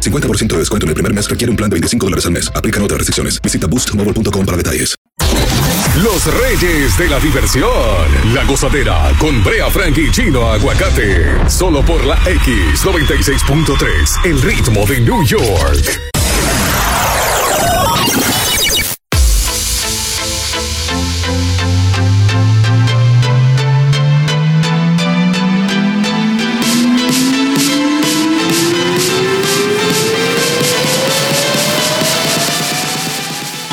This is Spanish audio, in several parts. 50% de descuento en el primer mes requiere un plan de 25 dólares al mes. Aplican otras restricciones. Visita boostmobile.com para detalles. Los Reyes de la Diversión. La gozadera con Brea Frank y Chino Aguacate. Solo por la X96.3. El ritmo de New York.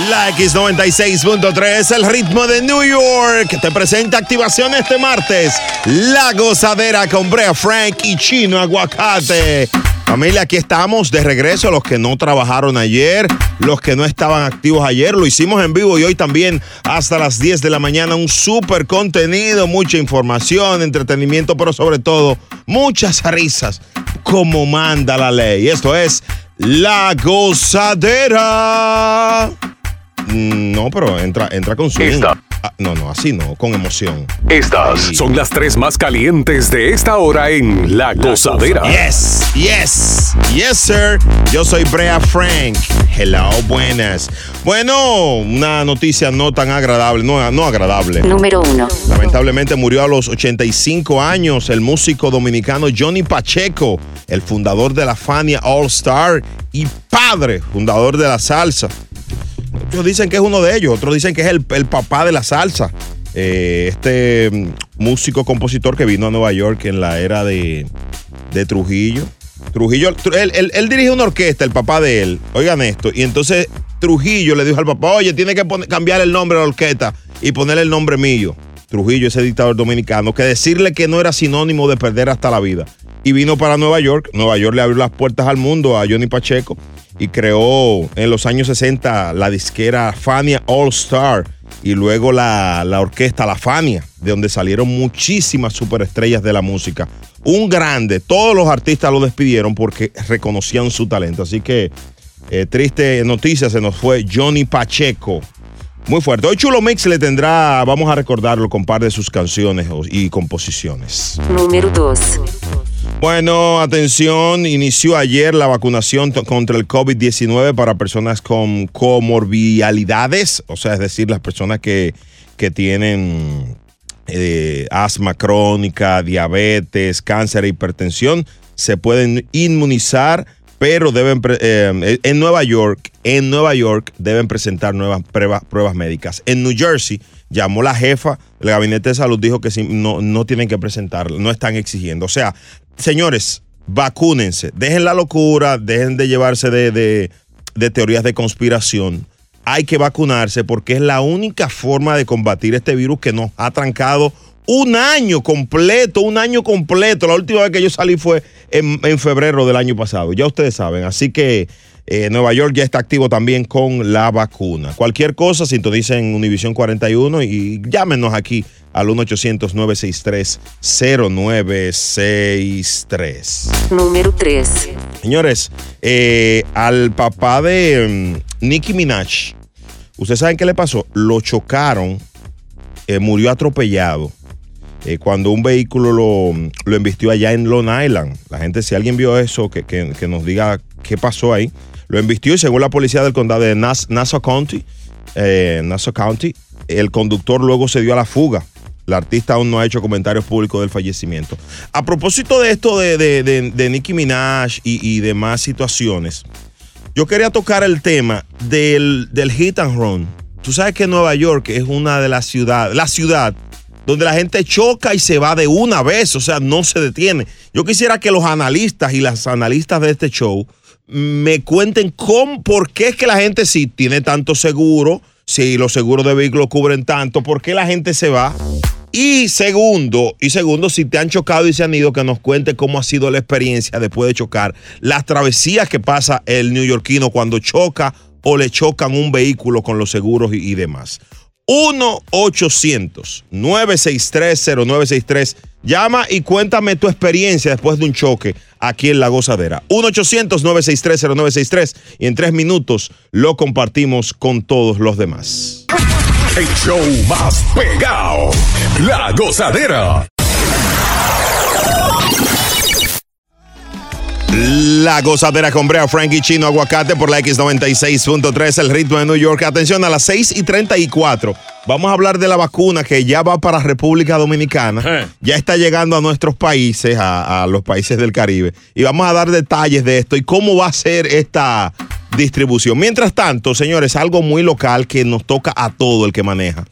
La X96.3, el ritmo de New York, te presenta activación este martes. La gozadera con Brea Frank y Chino Aguacate. Familia, aquí estamos de regreso. Los que no trabajaron ayer, los que no estaban activos ayer, lo hicimos en vivo y hoy también hasta las 10 de la mañana. Un súper contenido, mucha información, entretenimiento, pero sobre todo muchas risas, como manda la ley. Esto es La Gozadera. Mm, No, pero entra, entra con su. no, no, así no, con emoción. Estas son las tres más calientes de esta hora en La Gozadera. Yes, yes, yes, sir. Yo soy Brea Frank. Hello, buenas. Bueno, una noticia no tan agradable, no, no agradable. Número uno. Lamentablemente murió a los 85 años el músico dominicano Johnny Pacheco, el fundador de la Fania All Star y padre, fundador de la salsa. Muchos dicen que es uno de ellos, otros dicen que es el, el papá de la salsa. Eh, este mm, músico compositor que vino a Nueva York en la era de, de Trujillo. Trujillo, tru- él, él- él dirige una orquesta, el papá de él. Oigan esto. Y entonces Trujillo le dijo al papá, oye, tiene que pon- cambiar el nombre de la orquesta y ponerle el nombre mío. Trujillo, ese dictador dominicano, que decirle que no era sinónimo de perder hasta la vida. Y vino para Nueva York. Nueva York le abrió las puertas al mundo a Johnny Pacheco y creó en los años 60 la disquera Fania All Star y luego la, la orquesta La Fania, de donde salieron muchísimas superestrellas de la música. Un grande, todos los artistas lo despidieron porque reconocían su talento. Así que eh, triste noticia, se nos fue Johnny Pacheco. Muy fuerte. Hoy Chulo Mix le tendrá, vamos a recordarlo con par de sus canciones o- y composiciones. Número dos. Bueno, atención, inició ayer la vacunación to- contra el COVID-19 para personas con comorbilidades, o sea, es decir, las personas que, que tienen eh, asma crónica, diabetes, cáncer e hipertensión, se pueden inmunizar, pero deben, pre- eh, en Nueva York, en Nueva York deben presentar nuevas pruebas, pruebas médicas. En New Jersey llamó la jefa, el gabinete de salud dijo que si- no, no tienen que presentar, no están exigiendo. O sea, señores, vacúnense, dejen la locura, dejen de llevarse de- de, de teorías de conspiración hay que vacunarse porque es la única forma de combatir este virus que nos ha trancado un año completo, un año completo. La última vez que yo salí fue en, en febrero del año pasado, ya ustedes saben. Así que Eh, Nueva York ya está activo también con la vacuna. Cualquier cosa, sintonicen Univisión 41 y llámenos aquí al 1-800-963-0963. Número 3. Señores, eh, al papá de mm, Nicki Minaj, ¿ustedes saben qué le pasó? Lo chocaron, eh, murió atropellado eh, cuando un vehículo lo, lo embistió allá en Long Island. La gente, si alguien vio eso, que, que- que nos diga qué pasó ahí. Lo embistió y según la policía del condado de Nas- Nassau County, eh, Nassau County, el conductor luego se dio a la fuga. La artista aún no ha hecho comentarios públicos del fallecimiento. A propósito de esto de, de, de- de Nicki Minaj y, y demás situaciones, yo quería tocar el tema del, del hit and run. Tú sabes que Nueva York es una de las ciudades, la ciudad donde la gente choca y se va de una vez, o sea, no se detiene. Yo quisiera que los analistas y las analistas de este show me cuenten cómo, por qué es que la gente si tiene tanto seguro, si los seguros de vehículos cubren tanto, por qué la gente se va. Y segundo, y segundo, si te han chocado y se han ido, que nos cuente cómo ha sido la experiencia después de chocar, las travesías que pasa el neoyorquino cuando choca o le chocan un vehículo con los seguros y, y demás. 1-800-963-0963. Llama y cuéntame tu experiencia después de un choque aquí en La Gozadera. 1-800-963-0963. Y en tres minutos lo compartimos con todos los demás. El show más pegado. La gozadera. La gozadera con Brea, Frankie Chino, Aguacate por la X96.3, el ritmo de New York. Atención, a las 6 y 34 vamos a hablar de la vacuna que ya va para República Dominicana, ya está llegando a nuestros países, a, a los países del Caribe. Y vamos a dar detalles de esto y cómo va a ser esta distribución. Mientras tanto, señores, algo muy local que nos toca a todo el que maneja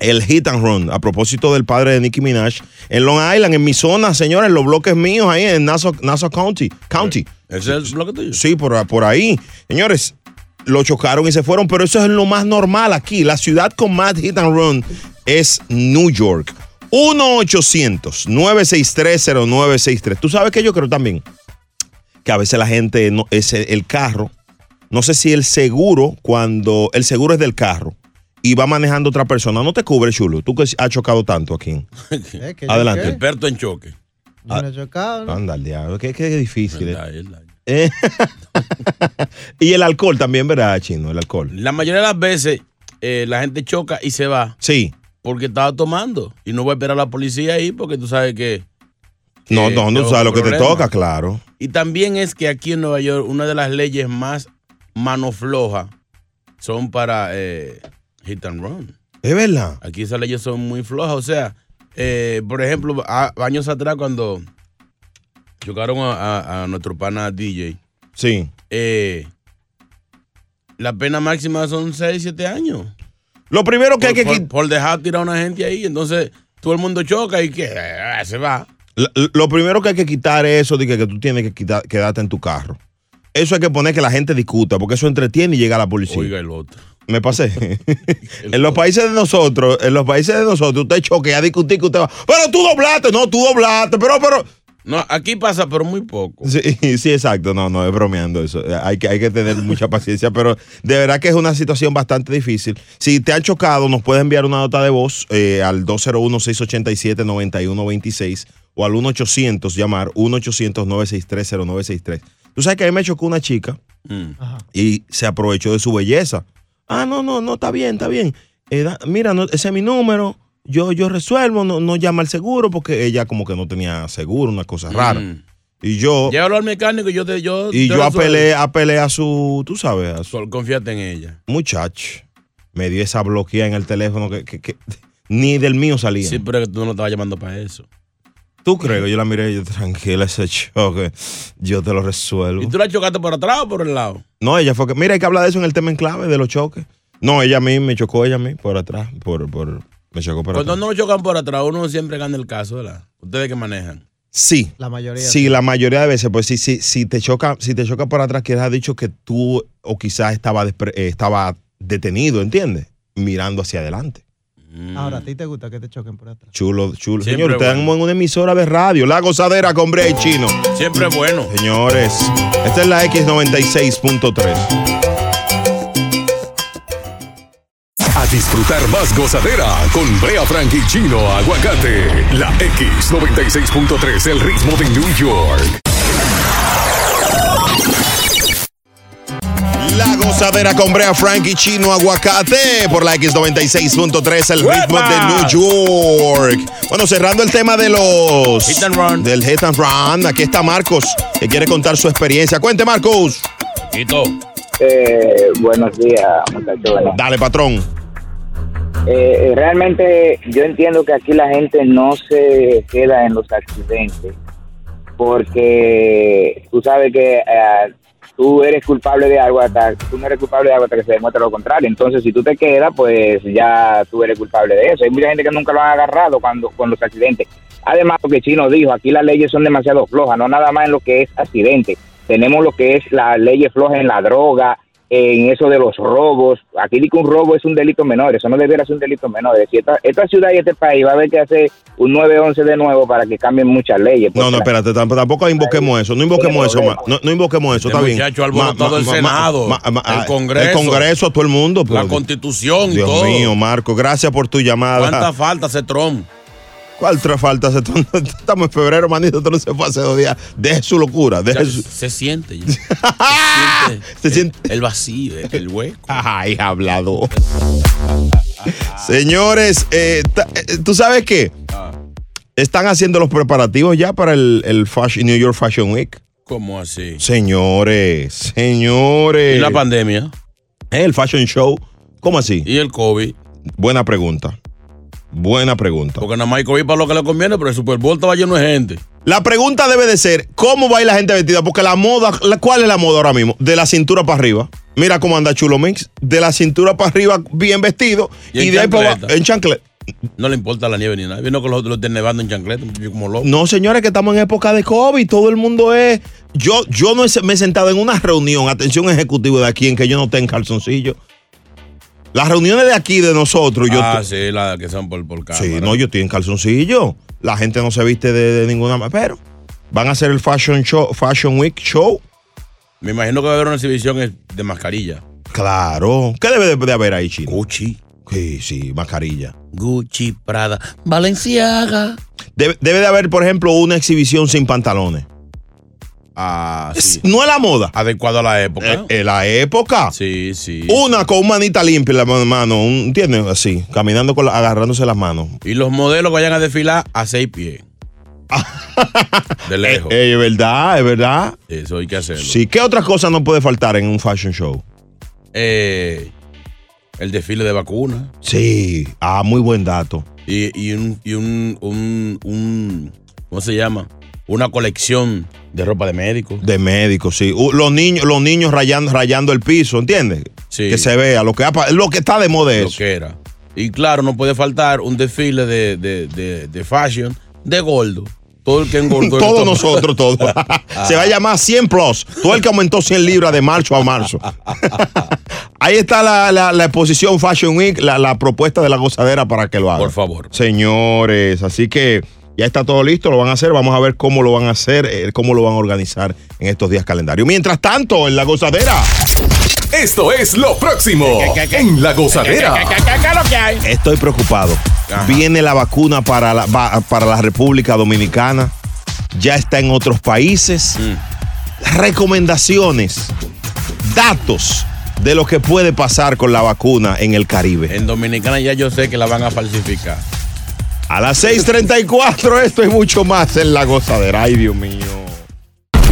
el hit and run, a propósito del padre de Nicki Minaj, en Long Island, en mi zona, señores, los bloques míos ahí en Nassau, Nassau County. County. ¿Ese es el bloque tuyo? Sí, por, por ahí. Señores, lo chocaron y se fueron, pero eso es lo más normal aquí. La ciudad con más hit and run es New York. 1-800-963-0963. Tú sabes que yo creo también que a veces la gente, no, es el- el carro, no sé si el seguro, cuando el seguro es del carro y va manejando otra persona, no te cubre, chulo. Tú que has chocado tanto aquí. ¿Eh? ¿Que yo Adelante. qué? Experto en choque. Yo no he chocado, ¿no? Anda, al diablo, qué, qué difícil. eh. Verdad, es la- Eh. y el alcohol también, ¿verdad, chino? El alcohol. La mayoría de las veces eh, la gente choca y se va Sí. porque estaba tomando y no va a esperar a la policía ahí porque tú sabes que... No, que no, no, tengo tú sabes lo que te problemas. toca, claro. Y también es que aquí en Nueva York una de las leyes más mano floja son para eh, hit and run. Es verdad. Aquí esas leyes son muy flojas. O sea, eh, por ejemplo, a- años atrás cuando chocaron a, a- a nuestro pana DJ, Sí. eh, la pena máxima son 6, 7 años. Lo primero que hay que por, quitar. por dejar tirar a una gente ahí. Entonces todo el mundo choca y que eh, se va. Lo- Lo primero que hay que quitar es eso de que, que tú tienes que quitar- quedarte en tu carro. Eso hay que poner que la gente discuta, porque eso entretiene y llega la policía. Oiga el otro. Me pasé. en los países de nosotros, en los países de nosotros, usted choque, a discutir que usted va. Pero tú doblaste, no, tú doblaste, pero, pero. No, aquí pasa, pero muy poco. Sí, sí, exacto. No, no, es bromeando eso. Eh, Hay que, hay que tener mucha paciencia, pero de verdad que es una situación bastante difícil. Si te han chocado, nos puedes enviar una nota de voz eh, al 201-687-9126 o al 1-800, llamar 1-800-963-0963. Tú sabes que a mí me chocó una chica Mm. y se aprovechó de su belleza. Ah, no, no, no, está bien, está bien. Eh, da- mira, no, ese es mi número. Yo, yo resuelvo, no, no llama al seguro porque ella como que no tenía seguro, una cosa rara. Mm. Y yo, Llévalo al mecánico y yo te. Yo, Oh. y yo la apelé, apelé a su, tú sabes, a su suelto. Sol, confíate en ella. muchacho. Me dio esa bloquea en el teléfono que, que- que ni del mío salía. Sí, pero es que tú no estabas llamando para eso. ¿Tú crees que yo la miré y yo, tranquila, ese choque, yo te lo resuelvo? ¿Y tú la chocaste por atrás o por el lado? No, ella fue que, mira, hay que hablar de eso en el tema en clave, de los choques. No, ella a mí me chocó, ella a mí, por atrás, por, por, me chocó por Cuando atrás. no lo chocan por atrás, uno siempre gana el caso, ¿verdad? Ustedes que manejan. Sí, La mayoría. Sí, la mayoría de veces, pues sí, sí, si te choca, si te choca por atrás, quieres ha dicho que tú o quizás estaba, despre- eh, estaba detenido, ¿entiendes? Mirando hacia adelante. Ahora, ¿a ti te gusta que te choquen por atrás? Chulo, chulo. Siempre Señores, ustedes bueno. estamos en una emisora de radio, La Gozadera con Brea y Chino. Siempre es bueno. Señores, esta es la X96.3. A disfrutar más gozadera con Brea Frank y Chino Aguacate. La X96.3, el ritmo de New York. La gozadera con Brea Frank y Chino Aguacate por la X96.3, el ritmo de New York. Bueno, cerrando el tema de los. Del hit and run. Aquí está Marcos, que quiere contar su experiencia. Cuente, Marcos. Eh, buenos días, muchachos. Dale, patrón. Eh, eh, realmente yo entiendo que aquí la gente no se queda en los accidentes porque tú sabes que eh, tú eres culpable de algo hasta tú no eres culpable de algo hasta que se demuestre lo contrario. Entonces, si tú te quedas, pues ya tú eres culpable de eso. Hay mucha gente que nunca lo han agarrado cuando con los accidentes. Además, lo que Chino dijo, aquí las leyes son demasiado flojas, no nada más en lo que es accidente. Tenemos lo que es las leyes flojas en la droga, en eso de los robos. Aquí dice que un robo es un delito menor, eso no debiera ser un delito menor. Es decir, esta, esta ciudad y este país va a haber que hacer un 911 de nuevo para que cambien muchas leyes. No, no, porque espérate, tamp- tampoco invoquemos eso. No invoquemos eso, ma- no, no invoquemos Este eso, está bien. muchacho ha alborotado el Senado, el ah, Congreso. el Congreso, todo el mundo. La pero- constitución, Dios todo. mío, Marco, gracias por tu llamada. ¿Cuánta falta hace Trump? ¿Cuál otra falta hace todo? Estamos en febrero, manito, esto no se fue hace dos días. Deje su locura, Ya deje su- Se siente. ya. se siente, el, el vacío, el hueco. Ay, hablado. Señores, eh, ta- eh, ¿tú sabes qué? Ah. Están haciendo los preparativos ya para el, el fashion- New York Fashion Week. ¿Cómo así? Señores, señores. Eh, ¿Y la pandemia? El fashion show. ¿Cómo así? ¿Y el COVID? Buena pregunta. Buena pregunta. Porque nada más hay COVID para lo que le conviene, pero el Super Bowl estaba lleno de gente. La pregunta debe de ser, ¿cómo va a ir la gente vestida? Porque la moda, la- ¿cuál es la moda ahora mismo? De la cintura para arriba. Mira cómo anda Chulo Mix. De la cintura para arriba, bien vestido. Y en Y, de ahí para abajo, chancleta. en chancleta. No le importa la nieve ni nada. Vino con los otros nevando en chancleta, yo como loco. No, señores, que estamos en época de COVID. Todo el mundo es. Yo, yo no he- me he sentado en una reunión, atención ejecutivo de aquí, en que yo no esté en calzoncillo. Las reuniones de aquí, de nosotros, yo. ah, estoy- sí, la que son por, por cámara. sí, no, yo estoy en calzoncillo. La gente no se viste de, de ninguna manera. Pero van a hacer el Fashion, show, fashion Week Show. Me imagino que va a haber una exhibición es- de mascarilla. Claro. ¿Qué debe de, de haber ahí, Chino? Gucci. Sí, sí, mascarilla. Gucci, Prada. Valenciaga. Debe, debe de haber, por ejemplo, una exhibición sin pantalones. Ah, sí. No es la moda. Adecuado a la época. Es la época. Sí, sí. Una con manita limpia en la ma- mano, un- ¿entiendes? Así, caminando con la- agarrándose las manos. Y los modelos vayan a desfilar a seis pies. de lejos. Eh, es verdad, es verdad. Eso hay que hacerlo. Sí, ¿qué otras cosas no puede faltar en un fashion show? Eh, el desfile de vacunas. Sí, ah, muy buen dato. Y, y un, y un, un, un- ¿Cómo se llama? Una colección de ropa de médico. De médico, sí. Uh, los niños, los niños rayando, rayando el piso, ¿entiendes? Sí. Que se vea, lo que, ha pa- lo que está de moda Lo es. que era. Y claro, no puede faltar un desfile de, de, de, de fashion de gordo. Todo el que engordó. en Todos esta- nosotros, todos. Se va a llamar 100 plus. Todo el que aumentó 100 libras de marzo a marzo. Ahí está la, la- la exposición Fashion Week, la, la propuesta de la gozadera para que lo haga. Por favor. Señores, así que ya está todo listo, lo van a hacer, vamos a ver cómo lo van a hacer, eh, cómo lo van a organizar en estos días calendario. Mientras tanto, en la gozadera, Esto es lo próximo en La Gozadera. estoy preocupado. Viene la vacuna para la, va- para la República Dominicana, ya está en otros países. Recomendaciones, datos de lo que puede pasar con la vacuna en el Caribe. En Dominicana ya yo sé que la van a falsificar. A las 6.34, esto y mucho más en la gozadera. Ay, Dios mío.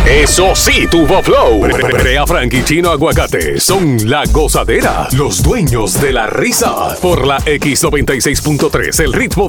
Eso sí, tuvo flow. Brea Frank y Chino Aguacate son La Gozadera, los dueños de la risa. Por la X96.3, el ritmo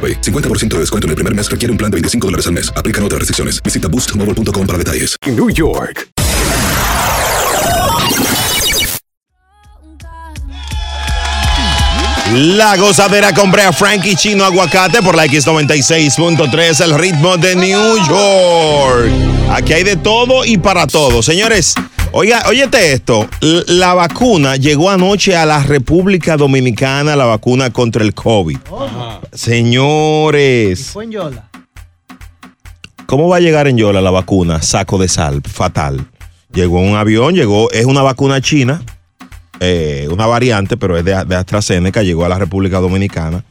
50% de descuento en el primer mes requiere un plan de 25 dólares al mes. Aplican otras restricciones. Visita boostmobile.com para detalles. New York. La gozadera compré a Frankie Chino Aguacate por la X96.3, el ritmo de New York. Aquí hay de todo y para todo. Señores, oiga, óyete esto. L- La vacuna llegó anoche a la República Dominicana, la vacuna contra el COVID. Señores, Fue en Yola. ¿cómo va a llegar en Yola la vacuna? Saco de sal, fatal. Llegó en un avión, llegó, es una vacuna china, eh, una variante, pero es de, de AstraZeneca, llegó a la República Dominicana.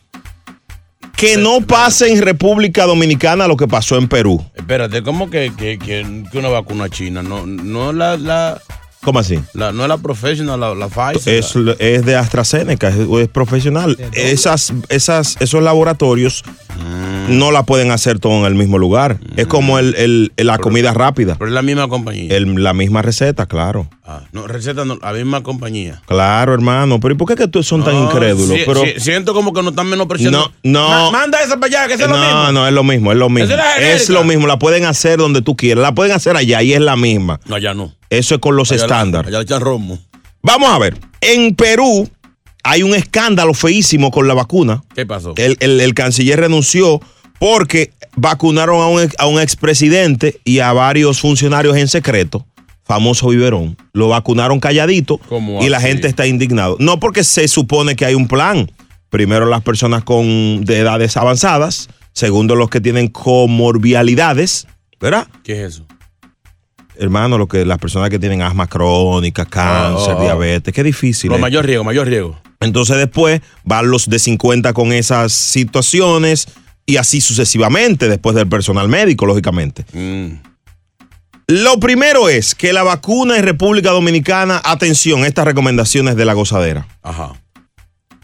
Que no pase en República Dominicana lo que pasó en Perú. Espérate, ¿cómo que, que, que- que una vacuna china? No, no la, la, ¿Cómo así? la- no la professional, la, la Pfizer. Es, es de AstraZeneca, es, es profesional. Esas, esas, esos laboratorios Ah. no la pueden hacer todo en el mismo lugar. Es como el, el- la comida rápida. Pero es la misma compañía. El- la misma receta, claro. Ah, no, receta no, la misma compañía. Claro, hermano. Pero ¿y por qué que tú son tan No, incrédulos? sí, Pero, sí, siento como que no están menospreciando. No, no. Ma- manda esa para allá, que sea lo mismo. no, no, es lo mismo, es lo mismo. Esa es la Es genérica. lo mismo, la pueden hacer donde tú quieras. La pueden hacer allá y es la misma. No, allá no. Eso es con los Allá- estándares. Allá le echan romo. Vamos a ver. En Perú hay un escándalo feísimo con la vacuna. ¿Qué pasó? El, el- el canciller renunció porque vacunaron a un, ex- a un expresidente y a varios funcionarios en secreto, famoso Biberón. Lo vacunaron calladito ¿Cómo y la así? gente está indignado. No porque se supone que hay un plan. Primero las personas con de edades avanzadas, segundo los que tienen comorbialidades, ¿verdad? ¿Qué es eso? Hermano, lo que las personas que tienen asma crónica, cáncer, Ah, ah, ah. diabetes, qué difícil. Lo ¿eh? mayor riego, mayor riego. Entonces después van los de 50 con esas situaciones y así sucesivamente, después del personal médico, lógicamente. Mm. Lo primero es que la vacuna en República Dominicana, atención, estas recomendaciones de la gozadera, Ajá.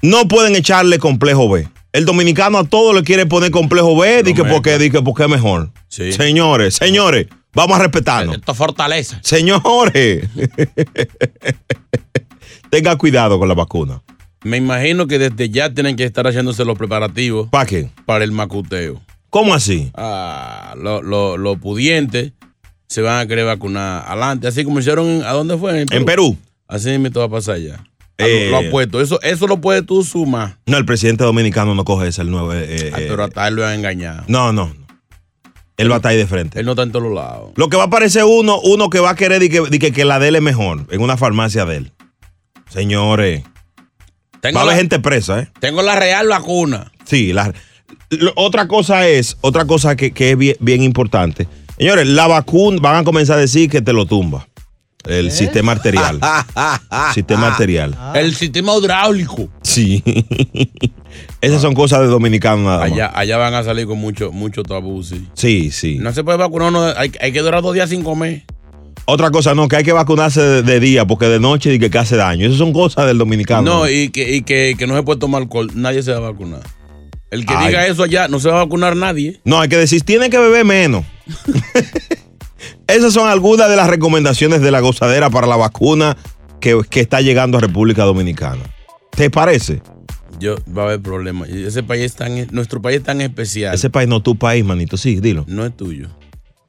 no pueden echarle complejo B. El dominicano a todo le quiere poner complejo B, di que Prometo. porque, di que porque mejor. Sí. Señores, señores, vamos a respetarnos. Esto es fortaleza. Señores, tenga cuidado con la vacuna. Me imagino que desde ya tienen que estar haciéndose los preparativos ¿Para qué? para el macuteo. ¿Cómo así? Ah, los lo, los pudientes se van a querer vacunar adelante. Así como hicieron, en- ¿a dónde fue? En Perú. Así me va a pasar ya. Ah, Eh. Lo, lo apuesto. Eso, eso lo puedes tú sumar. No, el presidente dominicano no coge ese, el nuevo. eh, eh, Ah, pero eh, hasta él lo han engañado. no, no. no. Él va a estar ahí de frente. Él no está en todos lados. Lo que va a aparecer uno, uno que va a querer y que, di que, que la de él es mejor, en una farmacia de él. Señores, va Tengo a haber la, gente presa, ¿eh? tengo la real vacuna. Sí, la- lo- otra cosa es, otra cosa que, que es bien, bien importante, Señores, la vacuna van a comenzar a decir que te lo tumba. ¿Eh? El sistema arterial. Ah, sistema arterial. Ah. El sistema hidráulico. Sí. Esas son cosas de dominicanos nada más. Allá, allá van a salir con mucho, mucho tabú, sí. Sí, sí. No se puede vacunar uno, hay, hay que durar dos días sin comer. Otra cosa, no, que hay que vacunarse de, de día porque de noche y que, que hace daño. Esas son cosas del dominicano. No, y que, y que, que no se puede tomar alcohol, nadie se va a vacunar. El que Ay. diga eso allá, no se va a vacunar nadie. No, hay que decir, tiene que beber menos. Esas son algunas de las recomendaciones de la gozadera para la vacuna que, que está llegando a República Dominicana. ¿Te parece? Yo, va a haber problemas. Y Ese país es tan, nuestro país es tan especial. Ese país no es tu país, manito. Sí, dilo. No es tuyo.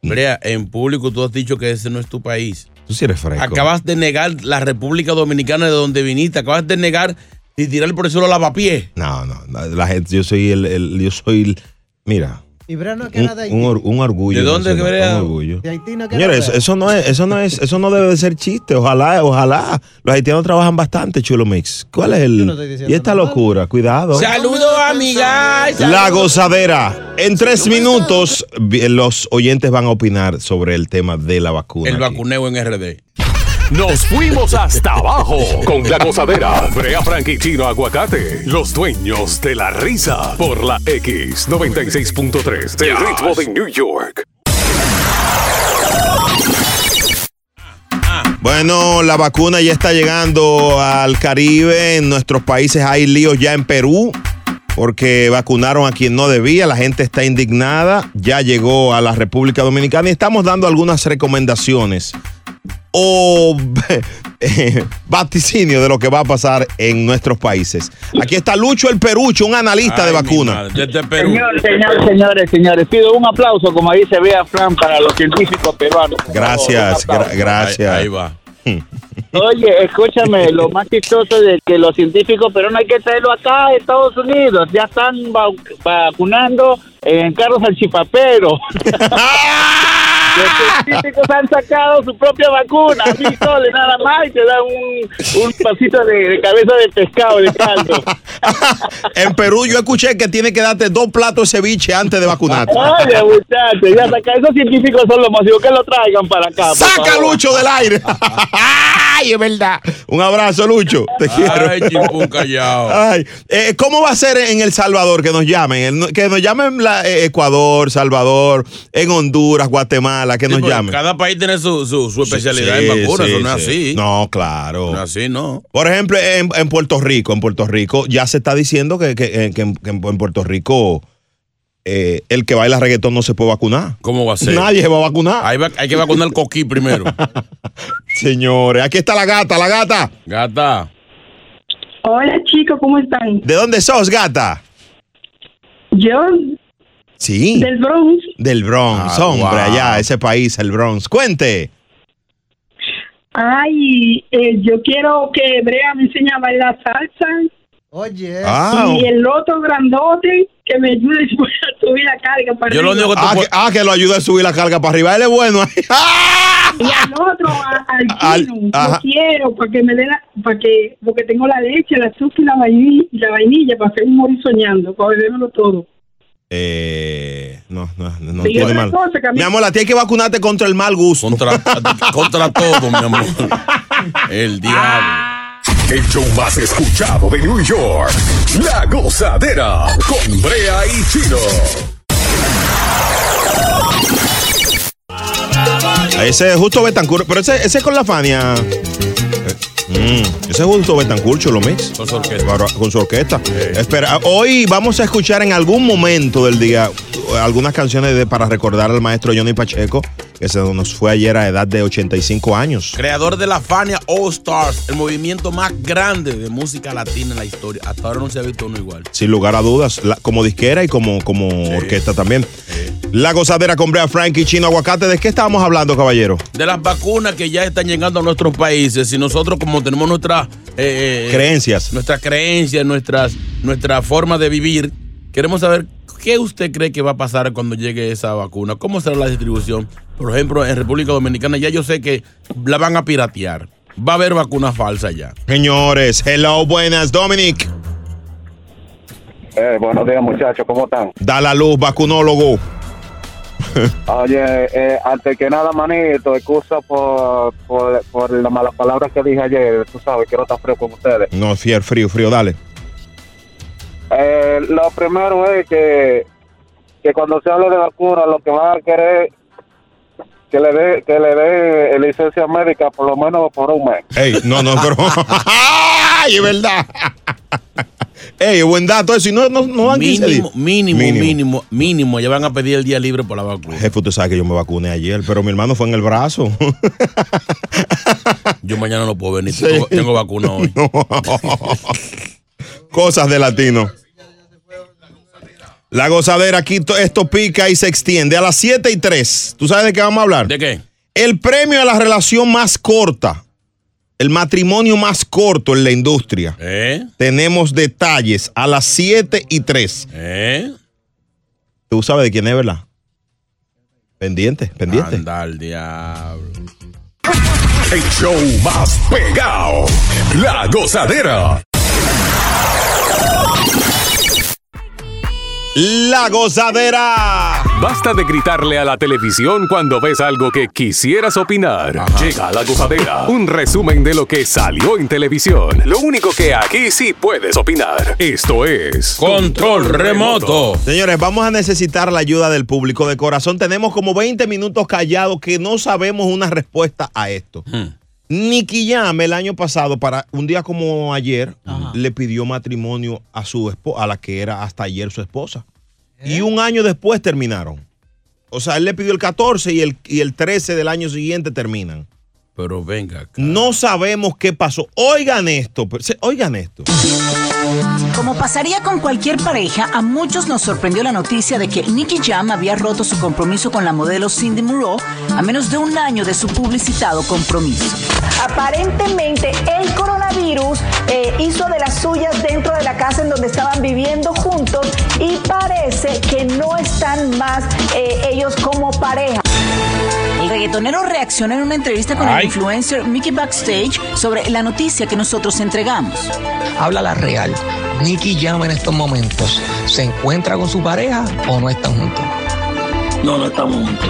Brea, en público tú has dicho que ese no es tu país. Tú sí eres fresco. Acabas de negar la República Dominicana de donde viniste. Acabas de negar y tirar por el suelo lavapiés. No, no, no, la gente, yo soy el, el- yo soy el- mira, Y Brea no es que un, era de un Haití. or- un orgullo. ¿De dónde nacional, que Brea? Un orgullo. De Haití no que era Señores, eso, Brea. eso no es, eso no es, eso no debe de ser chiste. Ojalá, ojalá. Los haitianos trabajan bastante, chulo mix. ¿Cuál es Yo no estoy el? diciendo y esta nada. locura, cuidado. Saludos, amigas. La gozadera. En tres minutos vi- los oyentes van a opinar sobre el tema de la vacuna. El aquí. vacuneo en RD. Nos fuimos hasta abajo con la gozadera. Brea Frank y Chino Aguacate, los dueños de la risa. Por la X96.3, del ritmo de New York. Bueno, la vacuna ya está llegando al Caribe. En nuestros países hay líos ya en Perú porque vacunaron a quien no debía. La gente está indignada. Ya llegó a la República Dominicana y estamos dando algunas recomendaciones o eh, vaticinio de lo que va a pasar en nuestros países. Aquí está Lucho el Perucho, un analista de Ay, mi vacuna. madre, Desde Perú. Señor, señor, señores, señores, pido un aplauso, como dice Bea Fran, para los científicos peruanos. Por favor, Gracias, un aplauso. gra- gracias. Ahí, ahí va. Oye, escúchame, lo más chistoso de que los científicos peruanos hay que traerlo acá a Estados Unidos. Ya están va- vacunando en carros al chipapero. Los científicos han sacado su propia vacuna, a mil soles nada más, y te dan un, un pasito de, de cabeza de pescado de caldo. en Perú yo escuché que tiene que darte dos platos de ceviche antes de vacunarte. Oye, muchachos, ya saca, esos científicos son los más digo, que lo traigan para acá. por ¡Saca favor. Lucho del aire! ¡Ay, es verdad! Un abrazo, Lucho. Te quiero. Ay, chimpún callao. Ay, eh, ¿Cómo va a ser en El Salvador que nos llamen? El- Que nos llamen la- eh, Ecuador, Salvador, en Honduras, Guatemala, que Sí, nos porque llamen. Cada país tiene su, su, su especialidad Sí, en vacunas. sí, eso no es sí. así. No. No, claro. es así, no. Por ejemplo, en, en Puerto Rico, en Puerto Rico ya se está diciendo que, que- que- que en, que en Puerto Rico eh, el que baila reggaetón no se puede vacunar. ¿Cómo va a ser? Nadie se va a vacunar. Ahí va- hay que vacunar el coquí primero. Señores, aquí está la gata, la gata. Gata. Hola chicos, ¿cómo están? ¿De dónde sos, gata? Yo Sí. del Bronx. Del Bronx, Ah, hombre, wow. allá, ese país, el Bronx. Cuente. Ay, eh, yo quiero que Brea me enseñe a bailar salsa Oye, Ah, y el otro grandote que me ayude a subir la carga para Yo lo único arriba. que te ah, que, puedo- ah, que lo ayuda a subir la carga para arriba. Él es bueno. ¡Ah! y al otro a- Al- al chino ajá. lo quiero para que me dé la para que porque tengo la leche, el azúcar y la vainilla, la vainilla para hacer un morir soñando, para bebérmelo todo. Eh, no, no, no, no Sí, tiene otra mal. cosa que a mí- Mi amor, la tienes que vacunarte contra el mal gusto. Contra, contra todo, mi amor. El diablo. El show más escuchado de New York. La gozadera con Brea y Chino. Ese es justo Betancourt, pero ese, ese es con la Fania. Eh, mm, ese es justo Betancourt, lo mix. Con su orquesta. Eh. Para- con su orquesta. Espera, ah, hoy vamos a escuchar en algún momento del día uh, algunas canciones de- para recordar al maestro Johnny Pacheco, que se nos fue ayer a edad de 85 años. Creador de la Fania All Stars, el movimiento más grande de música latina en la historia. Hasta ahora no se ha visto uno igual. Sin lugar a dudas, la- como disquera y como, como orquesta también. La gozadera con Brea Frankie, Chino Aguacate. ¿De qué estábamos hablando, caballero? De las vacunas que ya están llegando a nuestros países, y nosotros como tenemos nuestras eh, eh, Creencias. nuestras creencias, nuestras, nuestra forma de vivir, queremos saber qué usted cree que va a pasar cuando llegue esa vacuna, cómo será la distribución. Por ejemplo, en República Dominicana ya yo sé que la van a piratear. Va a haber vacuna falsa ya. Señores, hello, buenas, Dominic. Eh, buenos días, muchachos, ¿cómo están? Da la luz, vacunólogo. Oye, eh, antes que nada, manito, excusa por, por, por las malas palabras que dije ayer. Tú sabes, quiero estar frío con ustedes. No, fiel, frío, frío, dale. Eh, lo primero es que, que cuando se hable de vacuna, lo que van a querer que le dé que le dé licencia médica por lo menos por un mes. Ey, no, no, pero. ¡Ay, es verdad! Ey, buen dato eso. Y no, no, no dan 15 días. Mínimo, mínimo, Mínimo. mínimo, mínimo, Ya van a pedir el día libre por la vacuna. Jefe, usted sabe que yo me vacuné ayer, pero mi hermano fue en el brazo. Yo mañana no puedo venir. Tengo, tengo vacuna hoy. Cosas de latino. La gozadera, aquí to- esto pica y se extiende. A las 7 y 3. ¿Tú sabes de qué vamos a hablar? ¿De qué? El premio a la relación más corta. El matrimonio más corto en la industria. ¿Eh? Tenemos detalles a las 7 y 3. ¿Eh? Tú sabes de quién es, ¿verdad? Pendiente, pendiente. Anda al diablo. El show más pegado. La gozadera. La gozadera. Basta de gritarle a la televisión cuando ves algo que quisieras opinar. Llega la gozadera. Un resumen de lo que salió en televisión. Lo único que aquí sí puedes opinar. Esto es. Control remoto. Señores, vamos a necesitar la ayuda del público. De corazón, tenemos como 20 minutos callados que no sabemos una respuesta a esto. Hmm. Nicky Jam el año pasado, para un día como ayer, le pidió matrimonio a su esposa, a la que era hasta ayer su esposa. Y un año después terminaron. O sea, él le pidió el 14 y el, y el 13 del año siguiente terminan. Pero venga. No sabemos qué pasó. Oigan esto, pero- se- oigan esto. Como pasaría con cualquier pareja, a muchos nos sorprendió la noticia de que Nicky Jam había roto su compromiso con la modelo Cindy Moreau a menos de un año de su publicitado compromiso. Aparentemente el coronavirus eh, hizo de las suyas dentro de la casa en donde estaban viviendo juntos y parece que no están más eh, ellos como pareja. El reggaetonero reaccionó en una entrevista con el Ay. influencer Mickey Backstage sobre la noticia que nosotros entregamos. Habla la real. Nicky llama en estos momentos. ¿Se encuentra con su pareja o no están juntos? No, no estamos juntos.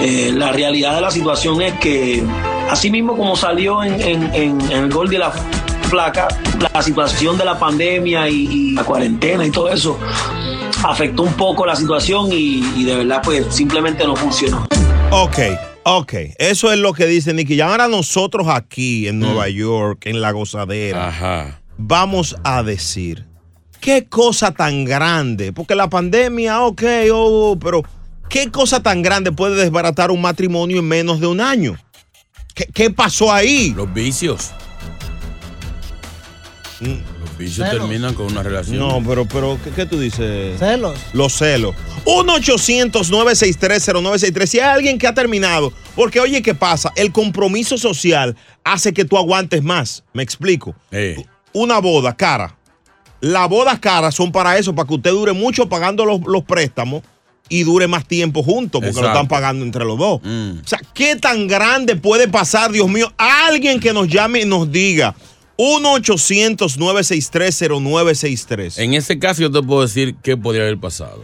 Eh, la realidad de la situación es que, así mismo como salió en, en- en- en el gol de la placa, la situación de la pandemia y, y la cuarentena y todo eso afectó un poco la situación y, y de verdad pues simplemente no funcionó. Ok, ok. Eso es lo que dice Nicky. Jam. ahora nosotros aquí en Nueva York, en La Gozadera, vamos a decir, ¿qué cosa tan grande? Porque la pandemia, ok, oh, pero ¿qué cosa tan grande puede desbaratar un matrimonio en menos de un año? ¿Qué, qué pasó ahí? Los vicios. Los vicios Celos. terminan con una relación. Mm. No, pero, pero ¿qué, qué tú dices? Celos. Los celos. 1-800-963-0963. Si hay alguien que ha terminado, porque oye, ¿qué pasa? El compromiso social hace que tú aguantes más. Me explico. Una boda cara. Las bodas caras son para eso, para que usted dure mucho pagando los, los préstamos y dure más tiempo juntos, porque lo Exacto. están pagando entre los dos. O sea, ¿qué tan grande puede pasar, Dios mío? Alguien que nos llame y nos diga. 1-800-963-0963. En ese caso yo te puedo decir qué podría haber pasado.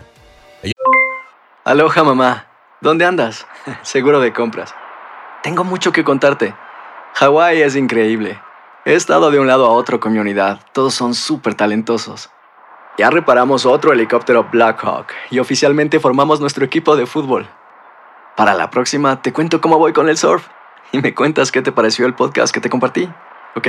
Aloha, mamá. ¿Dónde andas? Seguro de compras. Tengo mucho que contarte. Hawái es increíble. He estado de un lado a otro con mi unidad. Todos son súper talentosos. Ya reparamos otro helicóptero Blackhawk y oficialmente formamos nuestro equipo de fútbol. Para la próxima te cuento cómo voy con el surf y me cuentas qué te pareció el podcast que te compartí, ¿ok?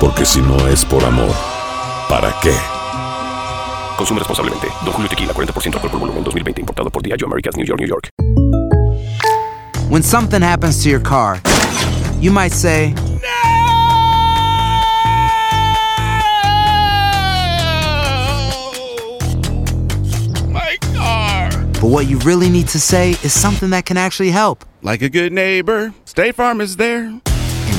Porque si no es por amor, ¿para qué? Consume responsablemente. Don Julio Tequila, 40% alcohol por volumen, 2020. Importado por Diageo Americas, New York, New York. When something happens to your car, you might say, No! My car! But what you really need to say is something that can actually help. Like a good neighbor, State Farm is there. And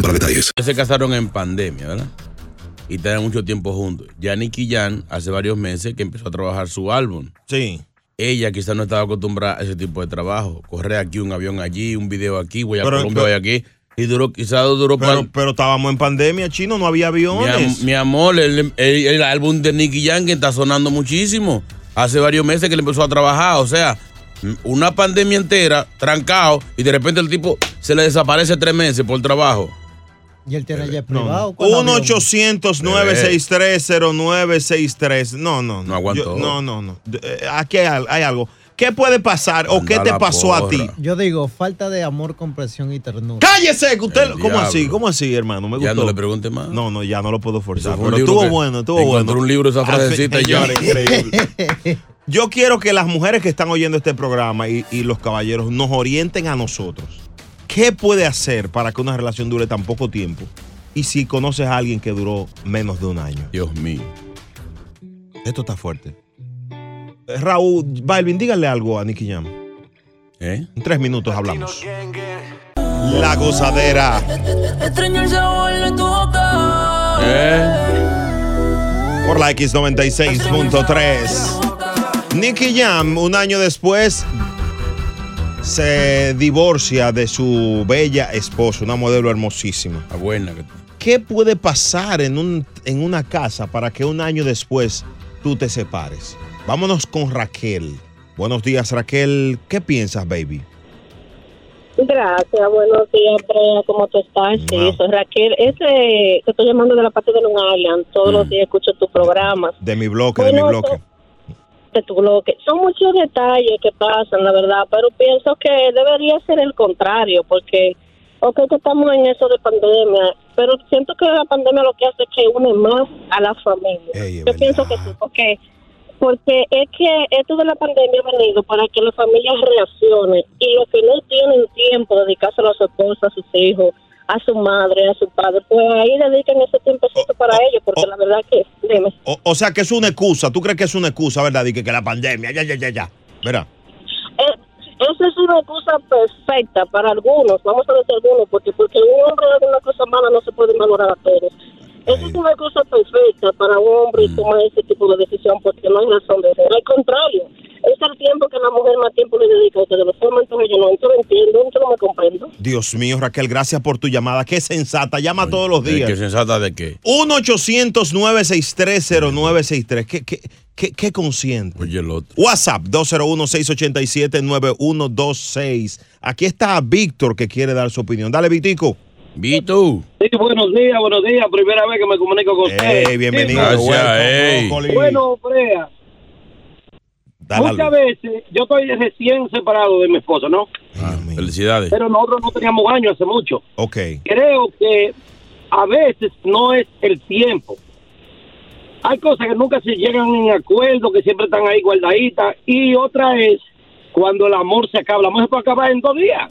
para detalles. Se casaron en pandemia, ¿verdad? Y tenían mucho tiempo juntos. Ya Nicky Jan hace varios meses que empezó a trabajar su álbum. Sí. Ella quizás no estaba acostumbrada a ese tipo de trabajo. Correr aquí un avión allí, un video aquí, voy a Pero- Colombia, voy pero- aquí. Y duró, quizás duró Pero, pero estábamos en pandemia, chino, no había Mi, am- aviones. mi amor, el, el- el álbum de Nicky Jam que está sonando muchísimo. Hace varios meses que le empezó a trabajar, o sea, m- una pandemia entera, trancado, y de repente el tipo se le desaparece tres meses por trabajo. Y él tiene jet Eh, No, privado. no. 1-800-963-0963. No, no, no. No aguantó. no, no, no. De- eh, Aquí hay, al- hay algo. ¿Qué puede pasar o qué te pasó a ti? Yo digo, falta de amor, comprensión y ternura. ¡Cállese! que usted, ¿Cómo diablo. así? ¿Cómo así, hermano? Me Ya gustó. no le pregunte más. No, no, ya no lo puedo Eso forzar. fue un Pero libro estuvo que bueno, estuvo encontré bueno. un libro esa Al fin- frasecita y ya. señores, increíble. Yo quiero que las mujeres que están oyendo este programa y, y los caballeros nos orienten a nosotros. ¿Qué puede hacer para que una relación dure tan poco tiempo? Y si conoces a alguien que duró menos de un año. Dios mío. Esto está fuerte. Eh, Raúl, Balvin, dígale algo a Nicky Jam. ¿Eh? En tres minutos hablamos. La gozadera. Extraño el sabor de tu boca. ¿Eh? Por la X96.3. Nicky Jam, un año después, se divorcia de su bella esposa, una modelo hermosísima. La buena que ¿Qué puede pasar en, un- en una casa para que un año después tú te separes? Vámonos con Raquel. Buenos días, Raquel. ¿Qué piensas, baby? Gracias, buenos días, Andrea, ¿cómo tú estás? Sí, soy Raquel. Este, te estoy llamando de la parte de Long Island. Todos los días escucho tu programa, De mi bloque, de mi Bueno, bloque. de tu bloque. Son muchos detalles que pasan, la verdad, pero pienso que debería ser el contrario, porque, ok, que estamos en eso de pandemia, pero siento que la pandemia lo que hace es que une más a la familia. Yo pienso que sí, porque porque es que esto de la pandemia ha venido para que las familias reaccionen y los que no tienen tiempo de dedicarse a su esposa, a sus hijos, a su madre, a su padre, pues ahí dedican ese tiempecito para ellos, porque la verdad que, dime, O, o sea, que es una excusa. ¿Tú crees que es una excusa, verdad? Dice que, que la pandemia, ya, ya, ya, ya. Mira. eh, esa es una excusa perfecta para algunos, vamos a decir algunos, porque porque un hombre haga una cosa mala no se puede valorar a todos. Esa es una cosa perfecta para un hombre Mm. tomar ese tipo de decisión, porque no hay razón de ser. Al contrario, es el tiempo que la mujer más tiempo le dedica, que de los hombres, entonces yo no, yo no entiendo, yo no me comprendo. Dios mío, Raquel, gracias por tu llamada. Qué sensata. Llama todos los ¿De qué días. sensata de qué? 1-800-963-0963. ¿Qué, qué, qué, qué consciente? Oye, el otro. WhatsApp 201-687-9126. Aquí está Víctor que quiere dar su opinión. Dale, Vitico. Vito. Sí, buenos días, buenos días. Primera vez que me comunico con ustedes. Ey, bienvenido. Sí, Welcome, bueno. broccoli. Bueno, Brea, Dale a muchas veces yo estoy recién separado de mi esposa, ¿no? Felicidades. Pero nosotros no teníamos años hace mucho. Ok. Creo que a veces no es el tiempo. Hay cosas que nunca se llegan en acuerdo, que siempre están ahí guardaditas. Y otra es cuando el amor se acaba. El amor se puede acabar en dos días. Ah.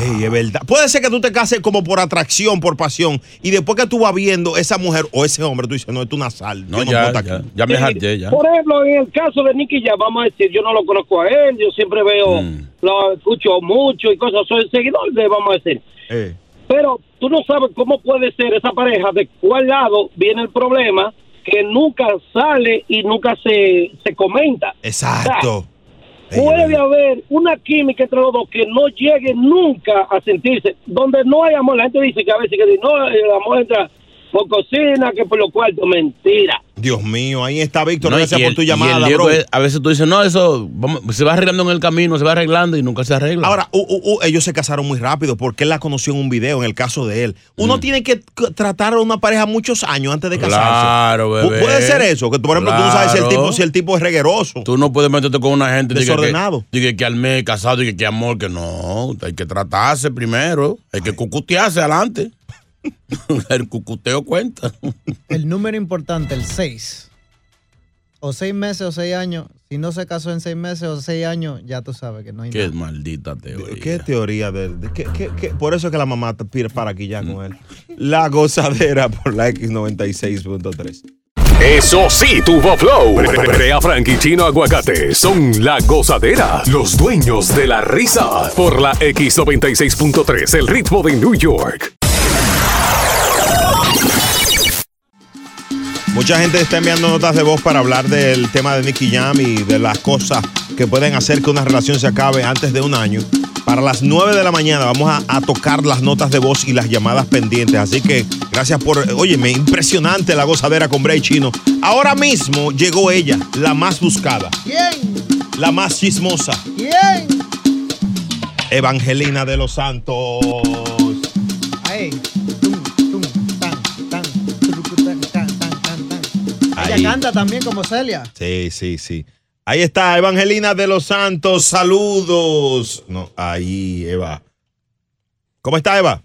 Eh, Ey, es verdad. Puede ser que tú te cases como por atracción, por pasión, y después que tú vas viendo esa mujer o ese hombre, tú dices, no, esto es una sal. No, yo ya, puedo ya, estar aquí. ya me harté, ya. Por ejemplo, en el caso de Nicky ya vamos a decir, yo no lo conozco a él, yo siempre veo, Mm. lo escucho mucho y cosas, soy seguidor de, vamos a decir. Eh. Pero tú no sabes cómo puede ser esa pareja, de cuál lado viene el problema, que nunca sale y nunca se, se comenta. Exacto. Puede haber una química entre los dos que no llegue nunca a sentirse, donde no hay amor. La gente dice que a veces que no, el amor entra por cocina, que por lo cual, mentira. Dios mío, ahí está Víctor, No, y gracias por el- tu y el llamada, lío bro. que es, a veces tú dices, no, eso vamos- se va arreglando en el camino, se va arreglando y nunca se arregla. Ahora, u- u- u- ellos se casaron muy rápido porque él la conoció en un video, en el caso de él. Mm. Uno tiene que c- tratar a una pareja muchos años antes de casarse. Claro, Pu- bebé. Puede ser eso, que tú, por ejemplo, tú no sabes si el Claro. tipo, si el tipo es regueroso. Tú no puedes meterte con una gente diga que- Desordenado. Diga que, al mes casado, diga que amor, que no. Hay que tratarse primero. Hay que cucutearse adelante. el cucuteo cuenta. El número importante, el 6. O seis meses o seis años. Si no se casó en seis meses o seis años, ya tú sabes que no hay Qué nada. maldita teoría. ¿Qué teoría de, de- qué- qué- qué? Por eso es que la mamá te pide para aquí ya Mm. con él. La gozadera por la X96.3. Eso sí, tuvo flow. Brea Frank y Chino Aguacate son la gozadera, los dueños de la risa. Por la X96.3, el ritmo de New York. Mucha gente está enviando notas de voz para hablar del tema de Nicky Jam y de las cosas que pueden hacer que una relación se acabe antes de un año. Para las 9 de la mañana vamos a, a tocar las notas de voz y las llamadas pendientes. Así que gracias por. Óyeme, impresionante la gozadera con Bray Chino. Ahora mismo llegó ella, la más buscada, Bien, la más chismosa, bien. Evangelina de los Santos. Ahí. Tum, tum, tan, tan, turucu, tan, tan, tan, tan, tan. Ella Ahí. canta también como Celia. Sí, sí, sí. Ahí está, Evangelina de los Santos, saludos. No, ahí, Eva. ¿Cómo está, Eva?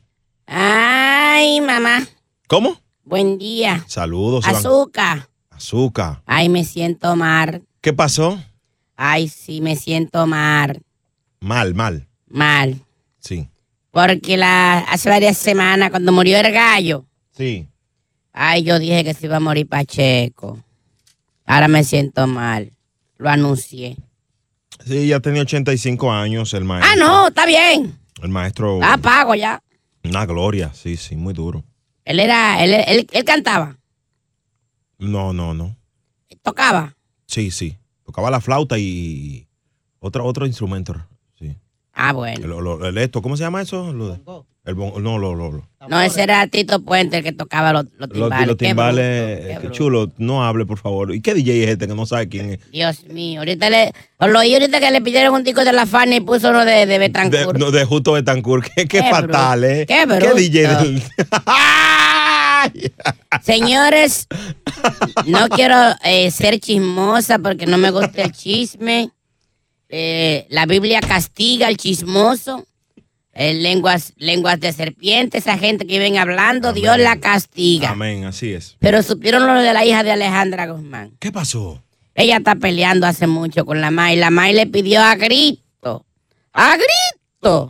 Ay, mamá. ¿Cómo? Buen día. Saludos, Evan- Azúcar. Azúcar. Ay, me siento mal. ¿Qué pasó? Ay, sí, me siento mal. Mal, mal. Mal. Sí. Porque la, hace varias semanas, cuando murió el gallo, Sí. ay, yo dije que se iba a morir Pacheco. Ahora me siento mal. Lo anuncié. Sí, ya tenía 85 años el maestro. Ah, no, Ah. está bien. El maestro. Está pago ya. Una gloria, sí, sí, muy duro. Él era, él, él, él cantaba, No, no, no. tocaba. Sí, sí. Tocaba la flauta y otro, otro instrumento. Ah, bueno. Lo- lo- el esto, ¿cómo se llama eso? Lo de- el bon- no, lo, lo, lo- No, ese era Tito Puente el que tocaba los, los Los, timbales. los Qué timbales, eh, bruto. chulo, no hable, por favor. ¿Y qué DJ es este que no sabe quién es? Dios mío, ahorita le, os lo oí ahorita que le pidieron un disco de la Fanny y puso uno de, de De, Betancourt. no, de Justo Betancourt. Qué, qué, Qué fatal, bruto. ¿eh? Qué bruto. DJ del- Señores, no quiero eh, ser chismosa porque no me gusta el chisme. Eh, la Biblia castiga al chismoso. Eh, lenguas, lenguas de serpiente, esa gente que ven hablando, Dios la castiga. Amén, así es. Pero supieron lo de la hija de Alejandra Guzmán. ¿Qué pasó? Ella está peleando hace mucho con la May. La May le pidió a grito, a grito,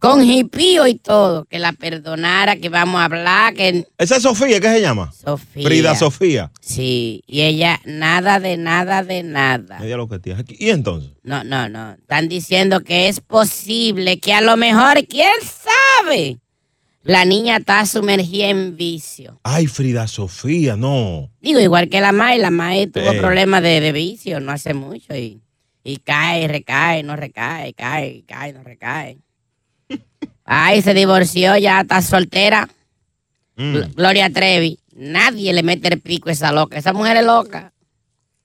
con hipío y todo, que la perdonara, que vamos a hablar, que... Esa es Sofía, ¿qué se llama? Sofía. Frida Sofía. Sí, y ella nada de nada de nada. Ella lo que tiene aquí. ¿Y entonces? No, Ah. no, no. Están diciendo que es posible, que a lo mejor, ¿quién sabe? La niña está sumergida en vicio. Ay, Frida Sofía, no. Digo, igual que la May, la May tuvo Sí. problemas de, de vicio no hace mucho y, y cae, y recae, no recae, cae, y cae, no recae. Ay, se divorció, ya está soltera. Gl- Gloria Trevi. Nadie le mete el pico a esa loca. Esa mujer es loca.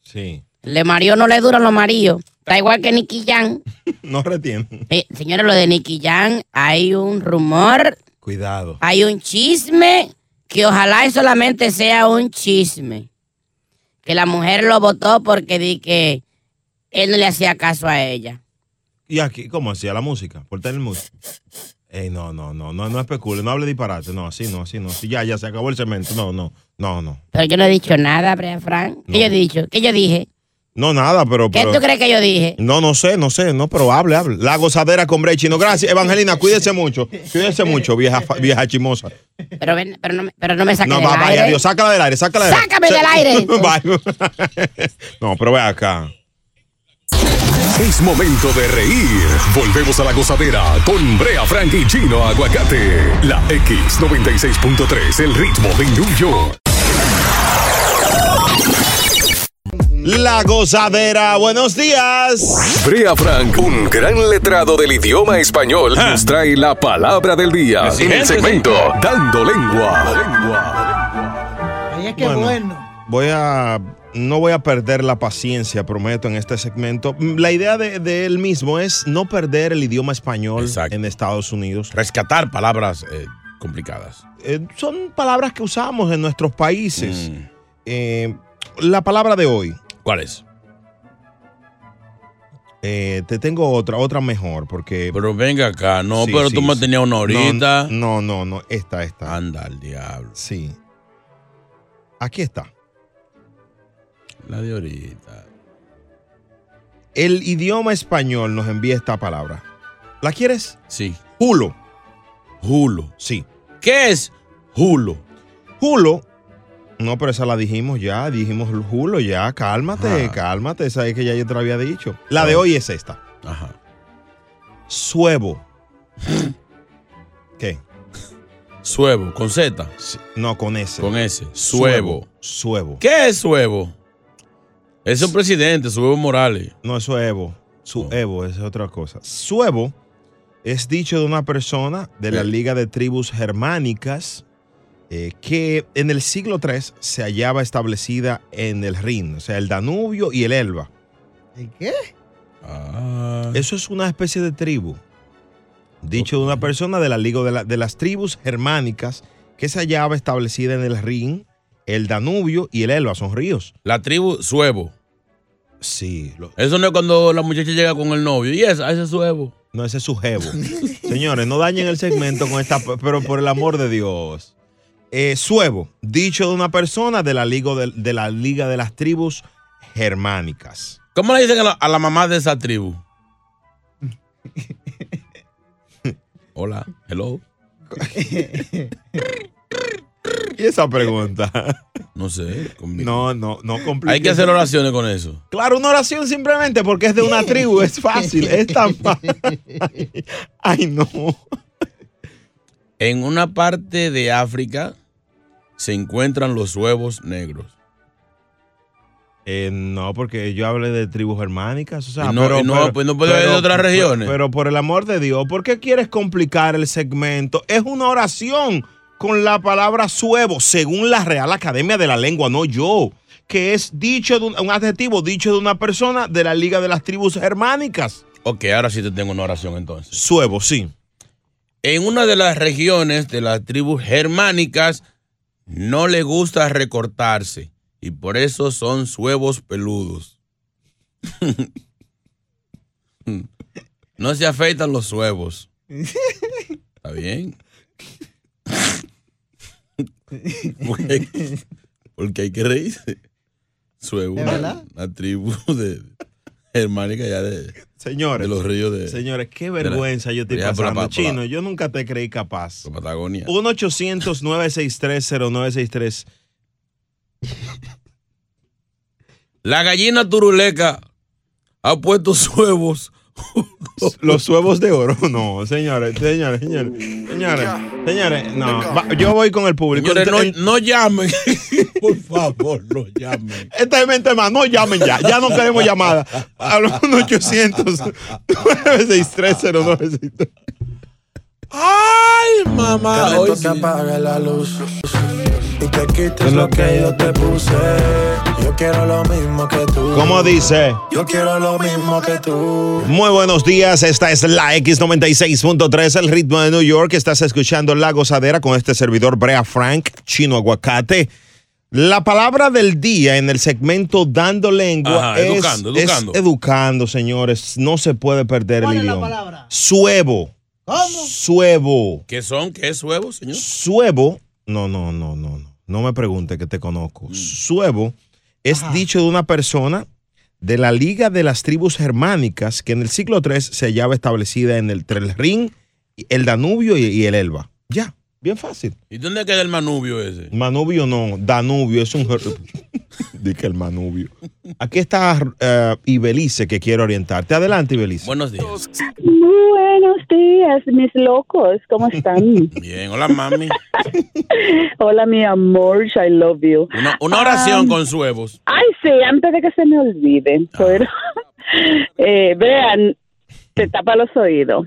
Sí. Le marido no le duran los maridos. Está igual que Nicky Jam. No retiene. Eh, señores, lo de Nicky Jam, hay un rumor, Cuidado. hay un chisme, que ojalá y solamente sea un chisme. Que la mujer lo votó porque di que él no le hacía caso a ella. ¿Y aquí cómo hacía la música? Por tener música. Ey, no, no, no, no, no especule, no hable disparate. No, así no, así no. Así ya, ya se acabó el cemento. No, no, no, no. Pero yo no he dicho nada, Brea Frank. ¿Qué yo he dicho? ¿Qué yo dije? No, nada, pero. ¿Qué pero- tú crees que yo dije? No, no sé, no sé, no, pero hable, hable. La gozadera con Bray Chino. Gracias, Evangelina, cuídese mucho. Cuídese mucho, vieja, fa- vieja chimosa. Pero, ven, pero, no, me- pero no me saques No, del va- aire. vaya, Dios, sácala del aire, sácala del aire. Sácame Sa- del aire. Bye. no, pero ve acá. Es momento de reír. Volvemos a la gozadera con Brea Frank y Chino Aguacate. La X96.3, el ritmo de New York. La gozadera, buenos días. Brea Frank, un gran letrado del idioma español, nos trae la palabra del día en el segmento Dando Lengua. Ay, es que bueno. voy a. No voy a perder la paciencia, prometo, en este segmento. La idea de, de él mismo es no perder el idioma español en Estados Unidos. Rescatar palabras eh, complicadas. Eh, son palabras que usamos en nuestros países. Mm. Eh, la palabra de hoy. ¿Cuál es? Eh, te tengo otra, otra mejor, porque. Eh, Pero venga acá, no, Sí, pero sí, tú me sí. tenías una ahorita. No, no, no, esta, esta. Anda al diablo. Sí. Aquí está. La de ahorita. El idioma español nos envía esta palabra. ¿La quieres? Sí. Julo. Julo. Sí. ¿Qué es julo? Julo. No, pero esa la dijimos ya, dijimos julo ya, cálmate, cálmate, esa es que ya yo te la había dicho. La Ah. de hoy es esta. Ajá. Suevo. ¿Qué? Suevo, con Z. No, con S. Con S. Suevo. Suevo. ¿Qué es suevo? Es un presidente, suevo Morales. No, eso es Evo. Su Evo, esa es otra cosa. Suevo es dicho de una persona de la Liga de Tribus Germánicas eh, que en el siglo III se hallaba establecida en el Rin, o sea, el Danubio y el Elba. ¿Y qué? Ah. Eso es una especie de tribu. Dicho de una persona de la Liga de, la- de las Tribus Germánicas que se hallaba establecida en el Rin, el Danubio y el Elba, son ríos. La tribu suevo. Sí. Eso no es cuando la muchacha llega con el novio. Y esa, ese es suevo. No, ese es su jevo. Señores, no dañen el segmento con esta, pero por el amor de Dios. Eh, suevo, dicho de una persona de la, liga de, de la Liga de las Tribus Germánicas. ¿Cómo le dicen a la, a la mamá de esa tribu? Hola, hello. ¿Y esa pregunta? No sé. No, no, no complica. Hay que hacer oraciones con eso. Claro, una oración simplemente porque es de una tribu, es fácil, es tan fácil. Ay, no. En una parte de África se encuentran los huevos negros. Eh, no, porque yo hablé de tribus germánicas. O sea, Y no- pero, y no, pero- pues no puede haber de otras regiones. Pero, por el amor de Dios, ¿por qué quieres complicar el segmento? Es una oración con la palabra suevo, según la Real Academia de la Lengua, no yo. Que es dicho de un, un adjetivo dicho de una persona de la Liga de las Tribus Germánicas. Ok, ahora sí te tengo una oración entonces. Suevo, sí. En una de las regiones de las tribus germánicas no le gusta recortarse y por eso son suevos peludos. no se afeitan los suevos. ¿Está bien? porque, porque hay que reírse. Suevo, ¿De una, verdad? una tribu de germánica ya de, Señores, de los ríos de... Señores, qué de la- vergüenza yo estoy ya por la- pasando. por la- Chino, yo nunca te creí capaz. Patagonia. 1-800-963-0963. La gallina turuleca ha puesto sus huevos. Los huevos de oro. No, señores, señores, señores. Señores, señores, no. Va, yo voy con el público. Señores, no- llamen. Por favor, no llamen. Esta es mente más. No llamen ya. Ya no queremos llamada. Al 1-800-963-0963. ¡Ay, mamá! Que hoy te apague la luz y te quites lo que yo te puse. Yo quiero lo mismo que tú. ¿Cómo dice? Yo quiero lo mismo que tú. Muy buenos días, esta es la X96.3, el ritmo de New York. Estás escuchando La Gozadera con este servidor Brea Frank, Chino Aguacate. La palabra del día en el segmento Dando Lengua Ajá, es, educando, es educando. educando, señores. No se puede perder el idioma. Suevo. ¿Cómo? Suevo. ¿Qué son? ¿Qué es huevo, señor? Suevo. No, no, no, no, no. No me pregunte que te conozco. Suevo es dicho de una persona de la Liga de las Tribus Germánicas que en el siglo III se hallaba establecida en el, entre el Rin, el Danubio y, y el Elba. Ya, bien fácil. ¿Y dónde queda el manubio ese? Manubio no, Danubio es un... Dice el Manubio. Aquí está eh, Ibelice que quiere orientarte. Adelante, Ibelice. Buenos días. Buenos días, mis locos. ¿Cómo están? Bien, hola, mami. Hola, mi amor. I love you. Una, una oración Um, con sus huevos. Ay, sí, antes de que se me olvide. Ah. Pero, eh, vean, te tapa los oídos.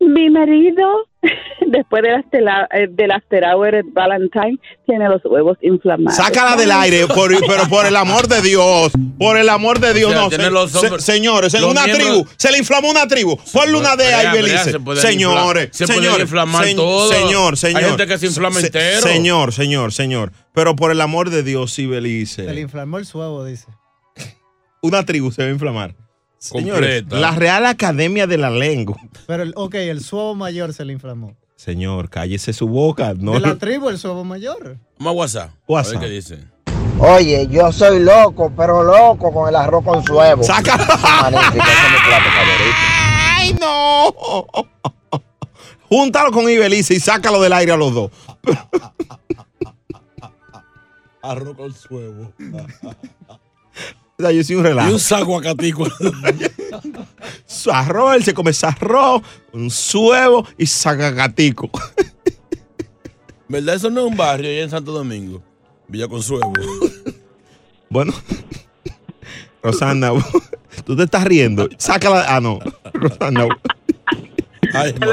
Mi marido después de las tela- eh, del after hour el Valentine, tiene los huevos inflamados. Sácala del aire, por- pero por el amor de Dios, por el amor de Dios, O sea, no. tiene se- los se- hombros- señores, en los una miembros- tribu, se le inflamó una tribu. Ponle una D ahí, Brea, Brea, Belice. se puede Señores, infla- se puede señores, inflamar señ- todo. señor, Hay señor. gente que se inflama entero. Señor, señor, señor. Pero por el amor de Dios, sí, Belice. Se le inflamó el suavo, dice. Una tribu se va a inflamar. Señores, Completa. la Real Academia de la Lengua. Pero, el, ok, el suavo mayor se le inflamó. Señor, cállese su boca. No, De la tribu, el suavo mayor. Vamos a WhatsApp. WhatsApp. A ver qué dice. Oye, yo soy loco, pero loco con el arroz con su huevo. ¡Sácalo! Magnífico, ese es mi plato favorito. ¡Ay, no! Júntalo con Ibelice y sácalo del aire a los dos. Arroz con huevo. O sea, yo soy un relajo. Y un saguacatico. Su arroz, él se come su arroz, un suevo y sacacatico. ¿Verdad? Eso no es un barrio allá en Santo Domingo. Villa Consuelo. Bueno, Rosana, tú te estás riendo. Sácala. Ah, no. Rosana. Ay, no.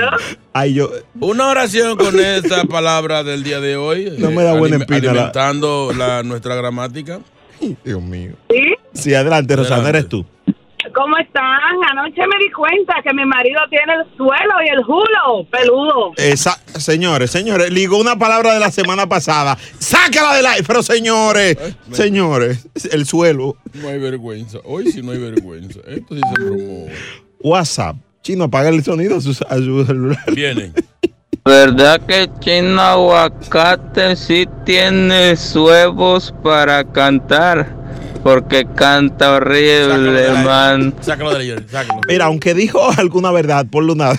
Ay, yo. Una oración con esta palabra del día de hoy. eh, No me da buena alime- espina la- Alimentando la, nuestra gramática. Dios mío. ¿Sí? Sí, adelante, Rosana, eres tú. ¿Cómo están? Anoche me di cuenta que mi marido tiene el suelo y el julo peludo. Esa- señores, señores, ligó una palabra de la semana pasada. Sácala del aire. Pero señores, señores, el suelo. No hay vergüenza. Hoy sí no hay vergüenza. Esto sí se promueve. WhatsApp. Chino, apaga el sonido a su, a su celular. Viene. ¿Verdad que el chino aguacate sí tiene huevos para cantar? Porque canta horrible, man. Sácalo de ahí, Jordi, sácalo. Mira, aunque dijo alguna verdad, ponle una.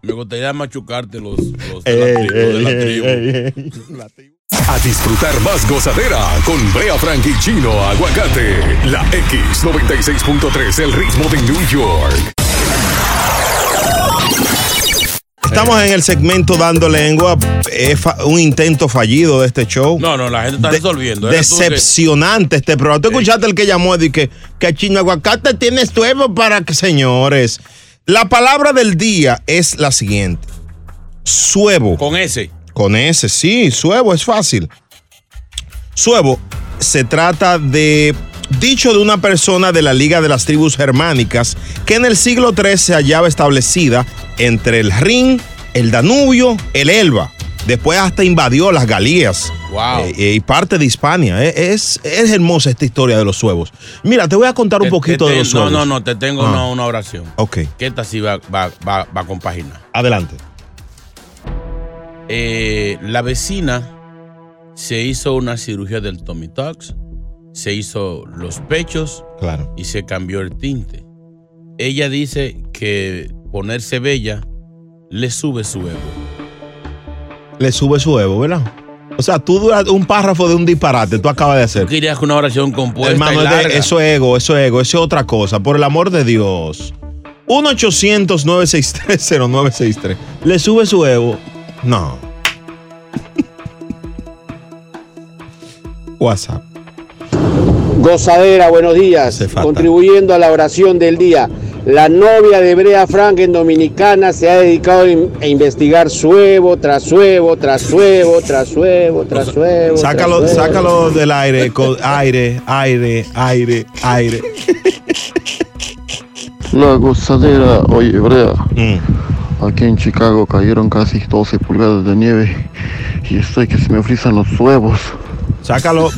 Me gustaría machucarte los, los de la Ey, tribu. de ey, la ey, tribu. ey, ey. A disfrutar más gozadera con Brea Frank y Chino Aguacate. La X96.3, el ritmo de New York. Estamos en el segmento dando lengua. Es fa- un intento fallido de este show. No, no, la gente está resolviendo. Era tú que- Decepcionante este programa. ¿Tú escuchaste el que llamó y que, que Chino Aguacate tiene suevo para que, señores. La palabra del día es la siguiente: suevo. Con ese. Con ese, sí, suevo, es fácil. Suevo se trata de dicho de una persona de la Liga de las Tribus Germánicas que en el siglo III se hallaba establecida entre el Rin, el Danubio, el Elba. Después hasta invadió las Galías eh, eh, y parte de Hispania. Eh, Es, es hermosa esta historia de los suevos. Mira, te voy a contar un te- poquito te- de los No, suevos. no, no, te tengo Ah. una, una oración. Ok, Que esta sí va, va, va, va a compaginar. adelante. Eh, la vecina se hizo una cirugía del Tommy Tox, se hizo los pechos Claro. y se cambió el tinte. Ella dice que ponerse bella le sube su ego. Le sube suevo, ¿verdad? O sea, tú duras un párrafo de un disparate, tú acabas de hacer. ¿Tú querías que una oración compuesta Hermano, y es de- larga? eso es ego, eso es ego, eso es otra cosa. Por el amor de Dios. 1-800-963-0963. ¿Le sube su ego? No. WhatsApp. Gozadera, buenos días. Contribuyendo a la oración del día. La novia de Brea Frank en Dominicana se ha dedicado a in- a investigar suevo tras suevo, tras suevo, tras suevo, tras suevo. Sácalo, tras suevo. sácalo del aire, co- aire, aire, aire, aire. La gozadera, oye, Brea. Mm. Aquí en Chicago cayeron casi 12 pulgadas de nieve y estoy que se me frizan los huevos. Sácalo.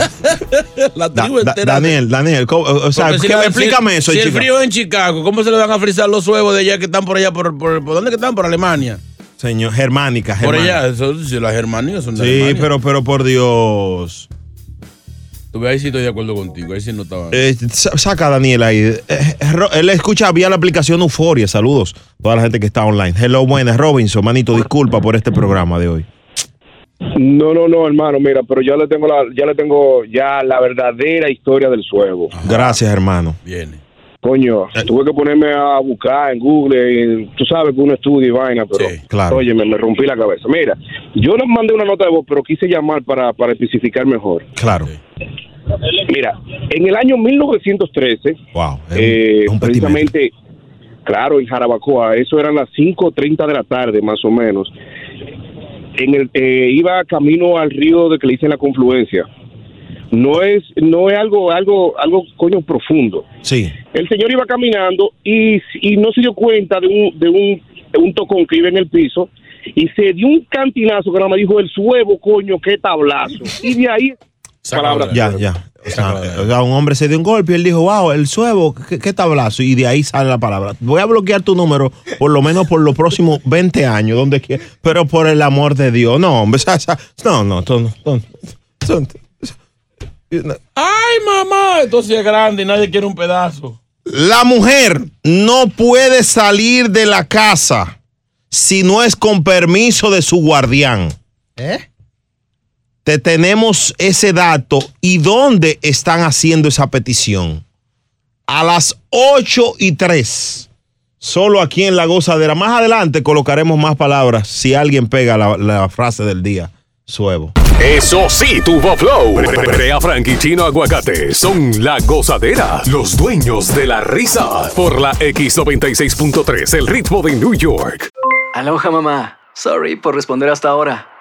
La Da- tribu da- entera. Daniel, Daniel, ¿cómo- o sea, Porque si ¿qué- la- si- explícame eso, Si el chica. frío es en Chicago, ¿cómo se le van a frizar los huevos de allá que están por allá? ¿Por, por, por dónde que están? ¿Por Alemania? Señor, germánica, Por germánica. allá, eso, si las germanías son de Sí, Alemania. pero, pero por Dios. Tú ves, ahí sí estoy de acuerdo contigo, ahí sí no estaba. Eh, sa- saca a Daniel ahí. Eh, Ro- él escucha vía la aplicación Euforia. Saludos a toda la gente que está online. Hello, buenas. Robinson, manito, disculpa por este programa de hoy. No, no, no, hermano, mira, pero yo le tengo la, ya le tengo ya la verdadera historia del suevo. Gracias, hermano. Coño, Eh. tuve que ponerme a buscar en Google, y tú sabes que uno estudia y vaina, pero claro. oye, me, rompí la cabeza. Mira, yo no mandé una nota de voz, pero quise llamar para, para especificar mejor. Claro. Mira, en el año 1913, eh, precisamente, claro, en Jarabacoa, eso eran las 5.30 de la tarde más o menos, en el, eh, iba camino al río de que le dicen la confluencia. No es, no es algo, algo, algo coño profundo. Sí. El señor iba caminando y, y no se dio cuenta de un, de un, de un tocón que iba en el piso y se dio un cantinazo que nada más dijo el suevo, coño, qué tablazo. Y de ahí, palabras. Ya, ya. O sea, o sea, un hombre se dio un golpe y él dijo, wow, el suevo, qué, qué tablazo. Y de ahí sale la palabra. Voy a bloquear tu número por lo menos por los próximos 20 años, donde quiera. Pero por el amor de Dios. No, hombre, esa- esa- no, no, no, no, no, no, no. ¡Ay, mamá! Esto sí es grande y nadie quiere un pedazo. La mujer no puede salir de la casa si no es con permiso de su guardián. ¿Eh? Te tenemos ese dato y dónde están haciendo esa petición. A las 8 y 3. Solo aquí en La Gozadera. Más adelante colocaremos más palabras si alguien pega la, la frase del día. Suevo. Eso sí, tuvo flow. Brea Frank y Chino Aguacate son la gozadera, los dueños de la risa. Por la X96.3, el ritmo de New York. Aloha mamá. Sorry por responder hasta ahora.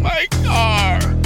My car.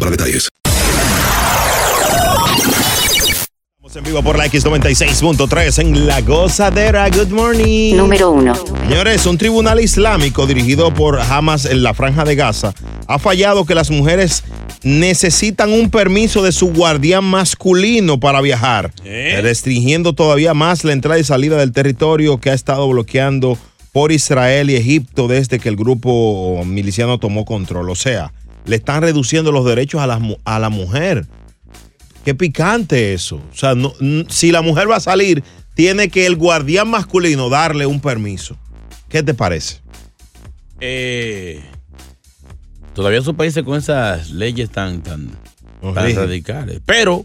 para detalles. Estamos en vivo por la X96.3 en La Gozadera. Good morning. Número uno. Señores, un tribunal islámico dirigido por Hamas en la Franja de Gaza ha fallado que las mujeres necesitan un permiso de su guardián masculino para viajar, restringiendo todavía más la entrada y salida del territorio que ha estado bloqueando por Israel y Egipto desde que el grupo miliciano tomó control. O sea, le están reduciendo los derechos a la, a la mujer. Qué picante eso. O sea, no- n- si la mujer va a salir, tiene que el guardián masculino darle un permiso. ¿Qué te parece? Eh, todavía esos países con esas leyes tan, tan, tan Horrible. radicales. Pero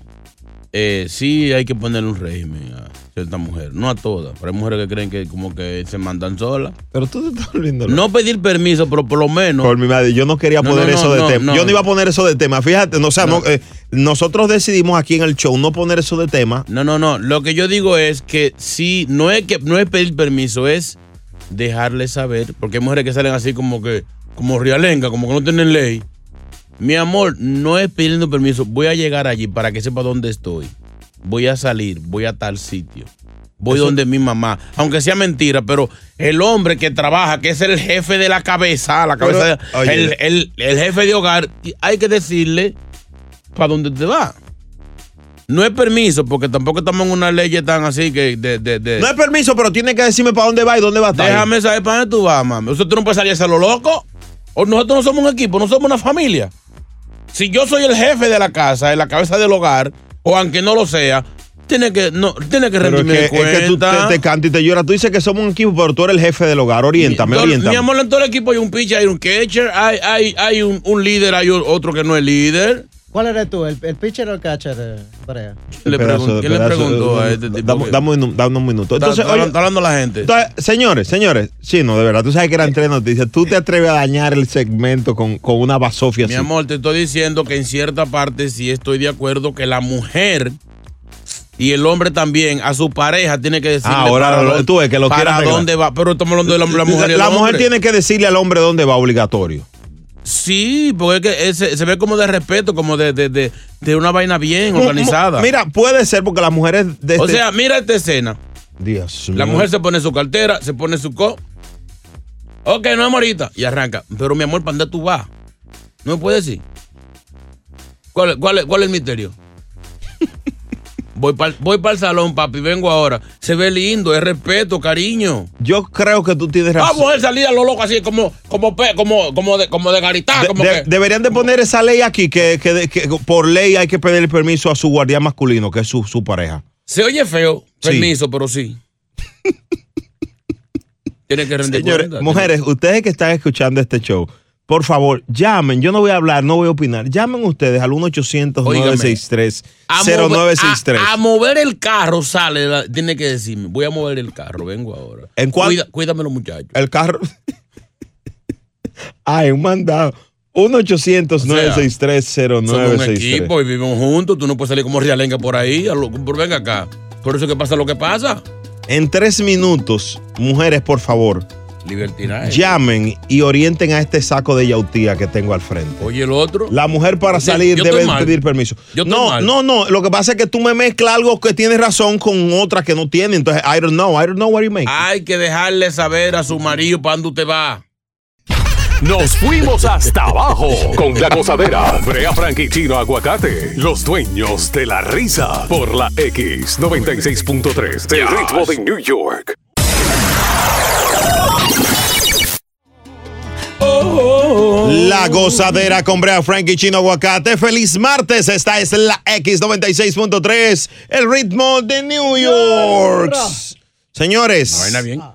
eh, sí hay que ponerle un régimen a ciertas mujeres. No a todas. Pero hay mujeres que creen que como que se mandan solas. Pero tú te estás volviendo No pedir permiso, pero por lo menos. Por mi madre, yo no quería No, poner no, no, eso de no, tema. no. yo no iba a poner eso de tema. Fíjate, no, o sea, no, eh, nosotros decidimos aquí en el show no poner eso de tema. No, no, no. Lo que yo digo es que sí, no es que no es pedir permiso, es dejarle saber. Porque hay mujeres que salen así como que, como rialenga, como que no tienen ley. Mi amor, no es pidiendo permiso. Voy a llegar allí para que sepa dónde estoy. Voy a salir, voy a tal sitio. Voy donde mi mamá. Aunque sea mentira, pero el hombre que trabaja, que es el jefe de la cabeza, la Pero, cabeza, de- oye. el, el- el jefe de hogar, y hay que decirle para dónde te va. No es permiso, porque tampoco estamos en una ley tan así que de... de- de- No es permiso, pero tiene que decirme para dónde va y dónde va a estar. Déjame saber para dónde tú vas, mami. Usted no puede salir a ser lo loco. O nosotros no somos un equipo, no somos una familia. Si yo soy el jefe de la casa, en la cabeza del hogar, o aunque no lo sea, tiene que, no, tiene que Pero es rendirme que, es que tú te, cuenta. te cantas y te lloras. Tú dices que somos un equipo, pero tú eres el jefe del hogar. Oriéntame, Todo- oriéntame. mi amor, en todo el equipo hay un pitcher, hay un catcher, hay, hay, hay un, un líder, hay o- otro que no es líder. ¿Cuál eres tú? ¿El, el pitcher o el catcher, eh, Brea? le Pedazo pregun- de- ¿Quién le pedazo preguntó de- a este tipo? Dame, que- dame un, dame un minuto. Entonces, está- oye, está hablando la gente. entonces, señores, señores, chino, de verdad, tú sabes que eran tres noticias. Tú te atreves a dañar el segmento con, con una basofia Mi así. amor, te estoy diciendo que en cierta parte sí estoy de acuerdo que la mujer y el hombre también a su pareja tiene que decirle Ah, ahora para, lo- dónde- tú ves que lo para quieres arreglar. dónde va. Pero estamos hablando de la, la mujer y el La hombre. mujer tiene que decirle al hombre dónde va obligatorio. Sí, porque es que ese- se ve como de respeto, como de, de, de, de una vaina bien organizada. Mira, puede ser porque las mujeres. de o este- sea, mira esta escena. Dios La mío. mujer se pone su cartera, se pone su co. Ok, no es morita. Y arranca. Pero mi amor, ¿para dónde tú vas? No me puedes decir. ¿Cuál, cuál, cuál es el misterio? voy para voy el salón, papi, vengo ahora. Se ve lindo, es respeto, cariño. Yo creo que tú tienes razón. Vamos a salir a lo loco así, como, como, pe- como, como de, como de garitá, De- como de- que. Deberían de poner esa ley aquí que, que- que por ley hay que pedir permiso a su guardián masculino, que es su, su pareja. Se oye feo, permiso, pero sí. Tiene que rendir Señores, cuenta. mujeres, ustedes que están escuchando este show, por favor, llamen. Yo no voy a hablar, no voy a opinar. Llamen ustedes al 1 800 963 A mover- 0963 A, a mover el carro sale, la- tiene que decirme, voy a mover el carro, vengo ahora. ¿En cuál? Cuida- cuídame los muchachos. El carro. Ay, un mandado. 1 800 963 Somos un 0963 equipo y vivimos juntos, tú no puedes salir como realenga por ahí, a lo- pero venga acá. Por eso que pasa lo que pasa. En tres minutos, mujeres, por favor, Libertinaje. llamen y orienten a este saco de yautía que tengo al frente. Oye, el otro. La mujer para salir yo estoy debe mal. pedir permiso. Yo estoy No, mal. no, no. Lo que pasa es que tú me mezclas algo que tiene razón con otra que no tiene. Entonces, I don't know. I don't know what you make. Hay que dejarle saber a su marido para dónde usted va. Nos fuimos hasta abajo con la gozadera. Brea Frank y Chino Aguacate, los dueños de la risa. Por la X96.3, el ritmo de New York. La gozadera con Brea Frankie Chino Aguacate. Feliz martes. Esta es la X96.3, el ritmo de New York. Señores,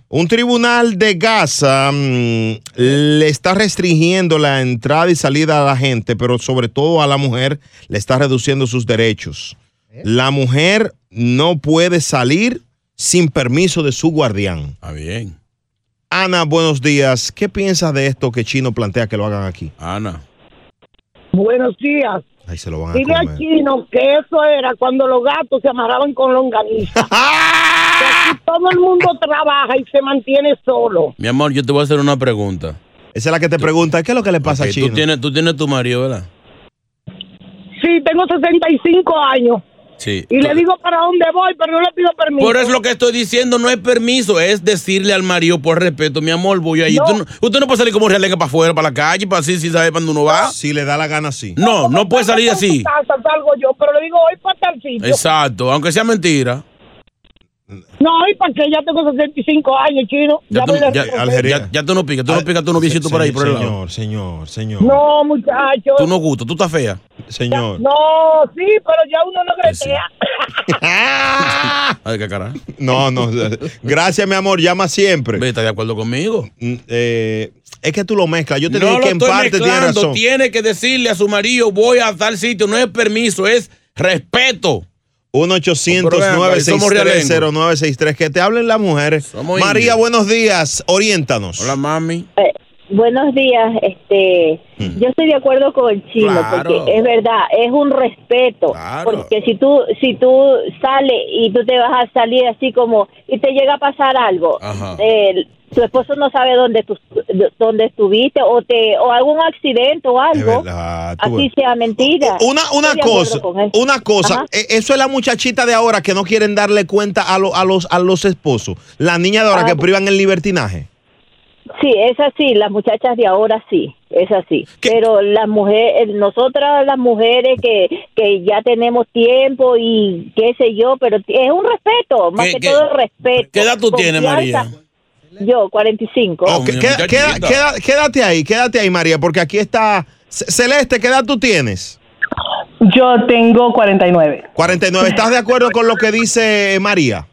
un tribunal de Gaza mm, le está restringiendo la entrada y salida a la gente, pero sobre todo a la mujer le está reduciendo sus derechos. La mujer no puede salir sin permiso de su guardián. Está bien. Ana, buenos días. ¿Qué piensas de esto que Chino plantea que lo hagan aquí? Ana. Buenos días. Ahí se lo van a Dile al comer. chino que eso era cuando los gatos se amarraban con longaniza. Que aquí todo el mundo trabaja y se mantiene solo. Mi amor, yo te voy a hacer una pregunta. Esa es la que te pregunta, ¿qué es lo que le pasa a Tú tienes, tú tienes tu marido, ¿verdad? Sí, tengo 65 años Sí. y le digo para dónde voy, pero no le pido permiso. Por eso lo que estoy diciendo no es permiso, es decirle al marido por respeto, mi amor, voy ahí. Usted, no, usted no puede salir como realenga para afuera, para la calle, para así, si sabe para dónde uno va. Si le da la gana, sí. No, no puede salir Por su así. casa salgo yo, pero le digo hoy para tal sitio. Exacto, aunque sea mentira. No, hoy para que ya tengo 65 años, chino. Ya, Ya tú, voy de- ya, ya- ya tú no picas, tú no picas, tú no visitas por ahí, por el lado. Señor, señor, señor. No, muchachos. Tú no gustas, tú estás fea. Señor. No, sí, pero ya uno no gretea. Ay, qué carajo. No, no. Gracias, mi amor. Llama siempre. Mm, eh, ¿Estás de acuerdo conmigo? es que tú lo mezclas. Yo te no dije lo que en estoy parte tienes mezclando, razón. Tiene que decirle a su marido, voy a tal sitio. No es permiso, es respeto. 1 800 963 Que te hablen las mujeres. María, indios. buenos días. Oriéntanos. Hola, mami. Eh, buenos días, este, yo estoy de acuerdo con el chino Claro. porque es verdad, es un respeto, porque si tú si tú sales y tú te vas a salir así como y te llega a pasar algo, Ajá. eh, tu esposo no sabe dónde tú, dónde estuviste o te o algún accidente o algo, tú así ves. sea mentira. Una, una Estoy de acuerdo cosa, con él. una cosa, Ajá. eh, eso es la muchachita de ahora que no quieren darle cuenta a, lo- a los, a los esposos. La niña de ahora Ah. que privan el libertinaje. Sí, es así, las muchachas de ahora sí, es así. Pero las mujeres, nosotras las mujeres que, que ya tenemos tiempo y qué sé yo, pero t- es un respeto, más ¿Qué- que qué- todo respeto. ¿Qué edad tú tienes, Confianza. María? Oh, Yo, 45. Ok, queda- queda- queda- quédate ahí, quédate ahí, María, porque aquí está C- Celeste. ¿Qué edad tú tienes? Yo tengo 49. 49. ¿Estás de acuerdo con lo que dice María?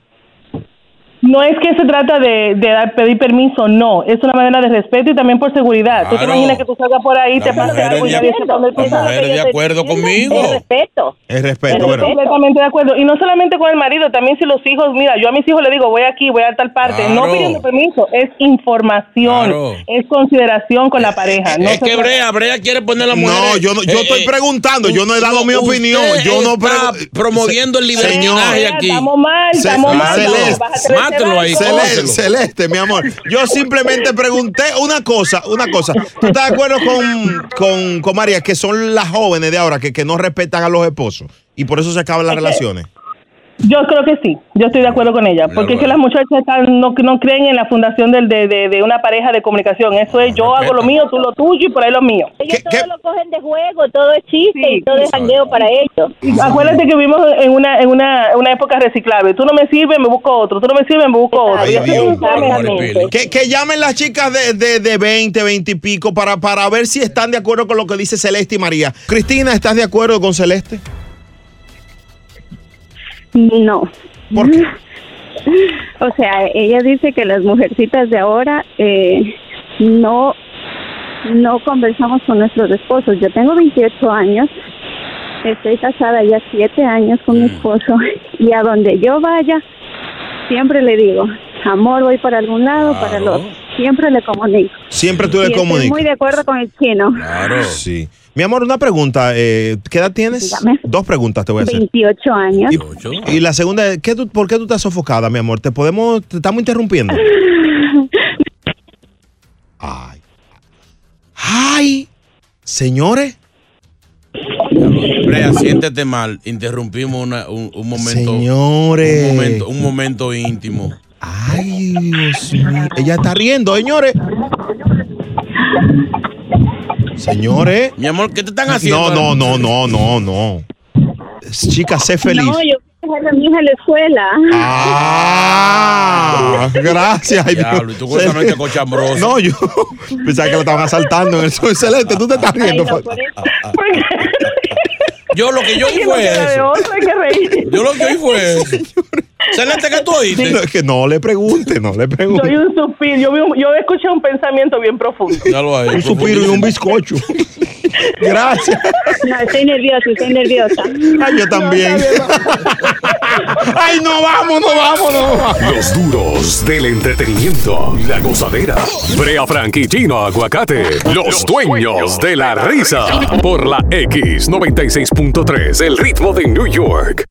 No es que se trata de, de dar, pedir permiso, no. Es una manera de respeto y también por seguridad. ¿Tú te Claro. imaginas que tú salgas por ahí, te pase mujeres algo y de nadie acu- sepa dónde tú las estás? mujeres de acuerdo conmigo. Es respeto. Es Estoy respeto, Pues, bueno. completamente de acuerdo. Y no solamente con el marido, también si los hijos, mira, yo a mis hijos le digo, voy aquí, voy a tal parte. Claro. No pidiendo permiso, es información, Claro. es consideración con la pareja. No se Es que trata- Brea, Brea quiere poner la mujer. No, yo no- yo estoy preguntando, yo no he dado mi opinión, yo no Eh, está pregu- promoviendo el Se- libertinaje señor. aquí. Estamos mal, Ce- estamos mal. Celeste, Vas a traer ese mátalo ahí, barco. Celeste, cóselo. Celeste, mi amor. Yo simplemente pregunté una cosa, una cosa. ¿Tú estás de acuerdo con, con, con María que son las jóvenes de ahora que, que no respetan a los esposos y por eso se acaban las Es que- relaciones? Yo creo que sí, yo estoy de acuerdo con ella, porque es que las muchachas están- no, no creen en la fundación del- de, de, de una pareja de comunicación. Eso es, yo hago lo mío, tú lo tuyo y por ahí lo mío. Ellos todo lo cogen de juego, todo es chiste y todo es jangueo para ellos. Acuérdate que vivimos en una, en una, una época reciclable. Tú no me sirves, me busco otro. Tú no me sirves, me busco otro. Ay, Y así Dios, sucesivamente. Que, que llamen las chicas de, de, de 20, 20 y pico para, para ver si están de acuerdo con lo que dice Celeste y María. Cristina, ¿estás de acuerdo con Celeste? No. ¿Por qué? O sea, ella dice que las mujercitas de ahora eh, no, no conversamos con nuestros esposos. Yo tengo 28 años, estoy casada ya 7 años con mi Mm. esposo y a donde yo vaya, siempre le digo, amor, voy para algún lado, para el otro. Siempre le comunico. Siempre tú Y le estoy comunicas. Ah, muy de acuerdo con el chino. Claro. Sí. Mi amor, una pregunta. eh, ¿Qué edad tienes? Dígame. Dos preguntas te voy a hacer. 28 años. Y, y la segunda es, ¿qué tú- ¿por qué tú estás sofocada, mi amor? ¿Te podemos, te estamos interrumpiendo? Ay. Ay. Señores. Brea, siéntete mal. Interrumpimos una- un, un momento. Señores. Un momento, un momento íntimo. Ay, Dios mío. Ella está riendo, señores. Señores. Mi amor, ¿qué te están haciendo? No, no, no, no, no, no. Chicas, sé feliz. No, yo quiero dejar a mi hija en la escuela. Ah, gracias. ay, Diablo, Dios. y tú justamente cochambroso. No, yo pensaba que lo estaban asaltando en el sur. Celeste, tú te estás riendo. fa- Ah, Pues, Yo lo que yo oí Porque no fue queda de eso. otra, hay que reír. Yo lo que oí fue eso. Celeste, ¿qué tú oíste? No, es que no le pregunte, no le Yo pregunte. oí un suspiro, yo, vi un- yo escuché un pensamiento bien profundo. Un suspiro y un bizcocho. Gracias. No, estoy nerviosa, estoy nerviosa. Ay, yo también. Ay, no vamos, no vamos, no vamos. Los duros del entretenimiento. La gozadera. Brea Frank y Chino Aguacate. Los dueños de la risa. Por la X96.3. El ritmo de New York.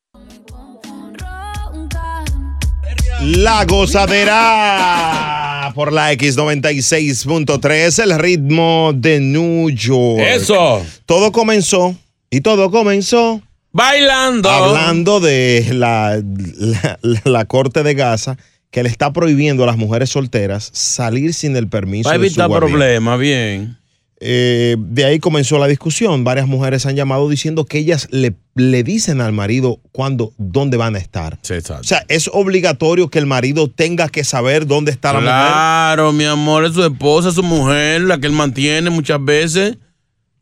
La gozadera por la X96.3, el ritmo de New York. Eso. Todo comenzó y todo comenzó Bailando. hablando de la, la- la corte de Gaza que le está prohibiendo a las mujeres solteras salir sin el permiso Va a de su evitar guardián. problemas, bien. Eh, de ahí comenzó la discusión. Varias mujeres han llamado diciendo que ellas le, le dicen al marido cuándo, dónde van a estar. O sea, es obligatorio que el marido tenga que saber dónde está la mujer. Claro, mi amor, es su esposa, es su mujer, la que él mantiene muchas veces.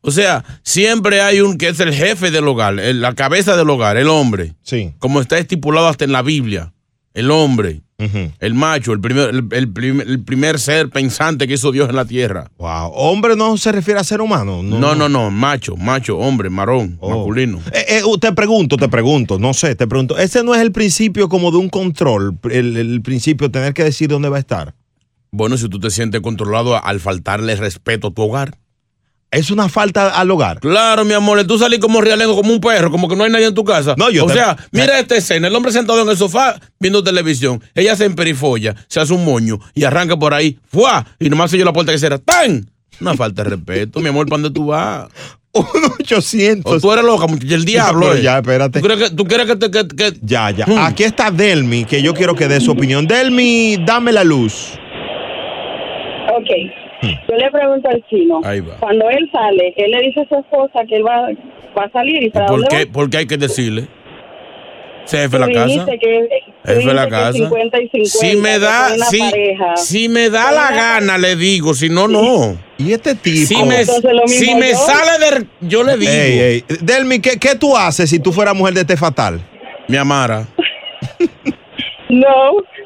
O sea, siempre hay un que es el jefe del hogar, el- la cabeza del hogar, el hombre. Sí. Como está estipulado hasta en la Biblia. El hombre, el macho, el primer, el, el prim- el primer ser pensante que hizo Dios en la tierra. Wow. Hombre no se refiere a ser humano. No, No, no, no, macho, macho, hombre, marón, masculino. Eh, eh, uh, te pregunto, te pregunto, no sé, te pregunto. ¿Ese no es el principio como de un control? El, el principio tener que decir dónde va a estar. Bueno, si tú te sientes controlado a- al faltarle respeto a tu hogar. Es una falta al hogar. Claro, mi amor, tú salís como realengo, como un perro, como que no hay nadie en tu casa. No, yo O te- Eh. sea, mira esta escena, el hombre sentado en el sofá viendo televisión, ella se emperifolla, se hace un moño y arranca por ahí, ¡fua! Y nomás se yo la puerta que cierra, ¡tan! Una falta de respeto, mi amor, ¿para dónde tú vas? 800. O tú eres loca, muchacha, el diablo. Pero eh. ya, espérate. ¿Tú crees que, tú crees que, te- que- que- Ya, ya. Hmm. Aquí está Delmi, que yo quiero que dé su opinión. Delmi, dame la luz. Ok. Yo le pregunto al chino. Hmm. Ahí va. Cuando él sale, él le dice a su esposa que él va, va a salir y para ¿Por dónde qué, va? por qué hay que decirle? Se jefe de Tú la casa. dijiste que- tú Jefe de la dijiste que casa. 50 y 50, Si me que da, son una si, pareja. si me da la gana, le digo, si no, no. Y este tipo. Si me, Entonces, lo mismo si me yo. sale del. Yo le digo. Ey, ey. Delmi, ¿qué, qué tú haces si tú fueras mujer de este fatal? Mi amara. No,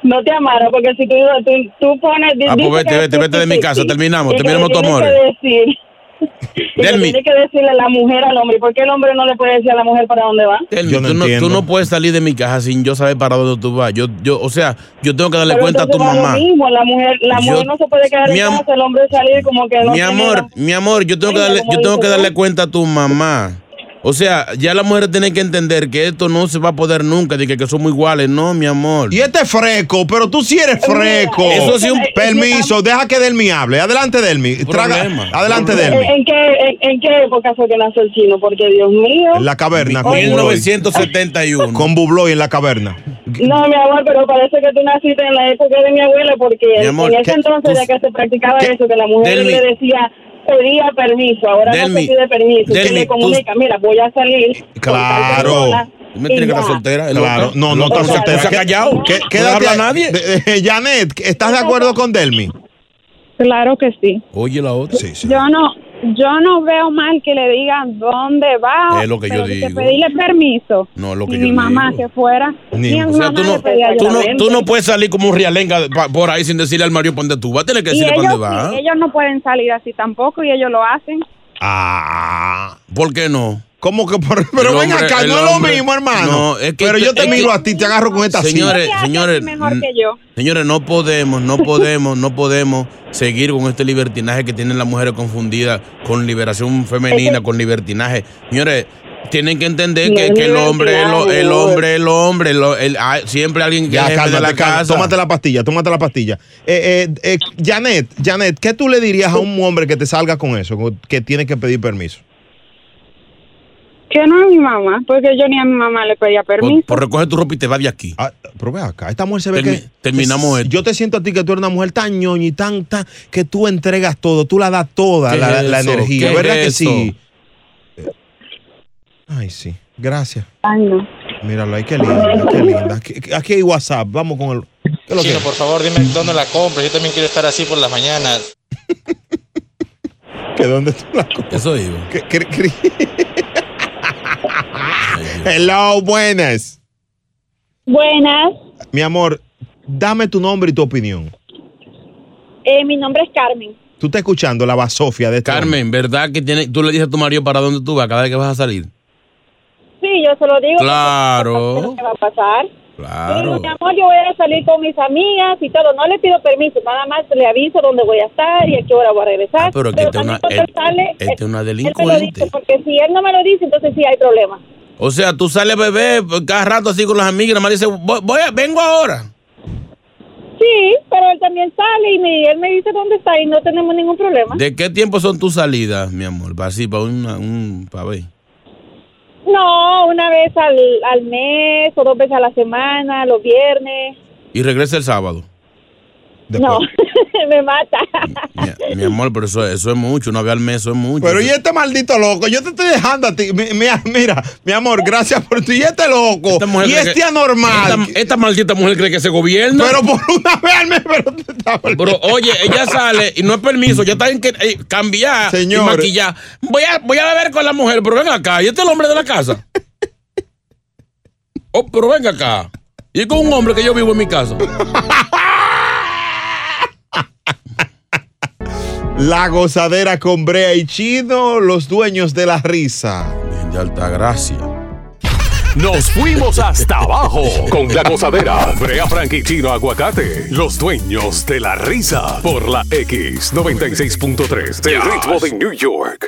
No te amaron, porque si tú, tú, tú pones. Ah, pues dices vete, que- vete, vete de mi casa, terminamos, y que terminamos le tu tienes amor. que decir- y que Delmi. Tiene que decirle la mujer al hombre. ¿Por qué el hombre no le puede decir a la mujer para dónde va? Telmi, tú, no, tú no puedes salir de mi casa sin yo saber para dónde tú vas. Yo, yo, o sea, yo tengo que darle Pero cuenta a tu entonces va lo mamá. mismo, la mujer, la Yo- mujer no se puede quedar mi en am- casa, el hombre salir como que no Mi tiene amor, mi amor, yo tengo que darle, como yo tengo dices que tú. darle cuenta a tu mamá. O sea, ya la mujer tiene que entender que esto no se va a poder nunca, de que, que somos iguales, no, mi amor. Y este freco, pero tú sí eres freco. Eso sí, un Permiso, deja que Delmi hable. Adelante, Delmi. Traga- Adelante, Delmi. ¿En, en qué, en, en qué época fue que nació el chino? Porque Dios mío. En la caverna. con Bubloy. 1971. Con Bubloy en la caverna. No, mi amor, pero parece que tú naciste en la época de mi abuela, porque Mi amor, en ese ¿qué- entonces ya que se practicaba eso, que la mujer Delmi. le decía pedía permiso, ahora no Delmi, se pide permiso, se Delmi, le tú- comunica, mira, voy a salir. con tal persona, Me y tiene que ya. estar soltera. el Claro. otro. No, El no otro está se- soltera. se ha ¿Qué- callado. qué- No Quédate. habla nadie. de- de- Janet, ¿estás de acuerdo con Delmi? Claro que sí. Oye, la otra. Yo no yo no veo mal que le digan dónde va. Es lo que yo pero de digo. pedirle permiso. No, lo que Ni yo mi mamá que fuera. Ni- Ni mi o sea, mamá tú no, le pedía tú ayuda. no- tú no puedes salir como un realenga pa- por ahí sin decirle al Mario dónde tú vas. Tienes que Y decirle ellos, dónde va. sí, ellos no pueden salir así tampoco y ellos lo hacen. Ah, ¿por qué no? ¿Cómo que por, Pero ven acá, no es lo mismo, hermano. pero yo te miro a ti, te agarro con esta Señores, silla. señores, Mejor mm, que yo. Señores, no podemos, no podemos, no podemos seguir con este libertinaje que tienen las mujeres confundidas con liberación femenina, con libertinaje. Señores, tienen que entender No que, es que el hombre, es lo- el, libertinaje, hombre, el hombre, lo- el- hay siempre alguien que Ya, es jefe de cálmate, la cálmate. casa. Tómate la pastilla, tómate la pastilla. Eh, eh, eh, Janet, Janet, ¿qué tú le dirías a un hombre que te salga con eso, con- que tiene que pedir permiso? Que no es mi mamá, porque yo ni a mi mamá le pedía permiso. Por recoger tu ropa y te vas de aquí. Pero ve acá, esta mujer se ve Termi- Ah, que... terminamos esto. Yo te siento a ti que tú eres una mujer tan ñoña y tan, tan- que tú entregas todo, tú la das toda ¿Qué la, es la eso? energía, ¿Qué ¿verdad es que sí? eso? Ay, sí, gracias. Ay, no. Míralo, ay, qué linda, qué linda. Aquí, aquí hay WhatsApp, vamos con el... ¿Qué es lo que Chino, es? por favor, dime dónde la compro. Yo también quiero estar así por las mañanas. ¿Que dónde tú la Eso digo. Hello, buenas. Buenas, Mi amor, dame tu nombre y tu opinión. eh, mi nombre es Carmen. Tú estás escuchando la basofia de este hombre. Carmen, ¿verdad que tiene, tú le dices a tu marido para dónde tú vas cada vez que vas a salir? Sí, yo se lo digo. Claro, ¿Qué va a pasar? Digo, claro. mi amor, yo voy a salir con mis amigas y todo. No le pido permiso, nada más le aviso dónde voy a estar y a qué hora voy a regresar. Ah, pero que esta es también una- eh, cuando él él- sale, Esta es una él me lo delincuente. dice, porque si él no me lo dice, entonces sí hay problema. O sea, tú sales bebé cada rato así con las amigas y nada más dices, voy, voy a- vengo ahora. Sí, pero él también sale y me- él me dice dónde está y no tenemos ningún problema. ¿De qué tiempo son tus salidas, mi amor? Para así, para una- un para ver. No, una vez al, al mes o dos veces a la semana, los viernes. Y regresa el sábado. No, me mata. Mi amor, pero eso, eso es mucho, una vez al mes, eso es mucho. Pero y este maldito loco, yo te estoy dejando a ti. Mi- Mira, mira, mi amor, gracias por ti. Y este loco, mujer y cree este que- anormal. Esta, esta maldita mujer cree que se gobierna. Pero por una vez al mes, pero. Pero, oye, ella sale y no es permiso, ya está en que eh, cambiar Señor. y maquillar. Voy a, voy a beber con la mujer, pero ven acá, y este es el hombre de la casa. Oh, pero ven acá. Y con un hombre que yo vivo en mi casa. La gozadera con Brea y Chino, los dueños de la risa. De alta gracia. Nos fuimos hasta abajo con la gozadera. Brea Frank y Chino Aguacate, los dueños de la risa por la X96.3 del ritmo de New York.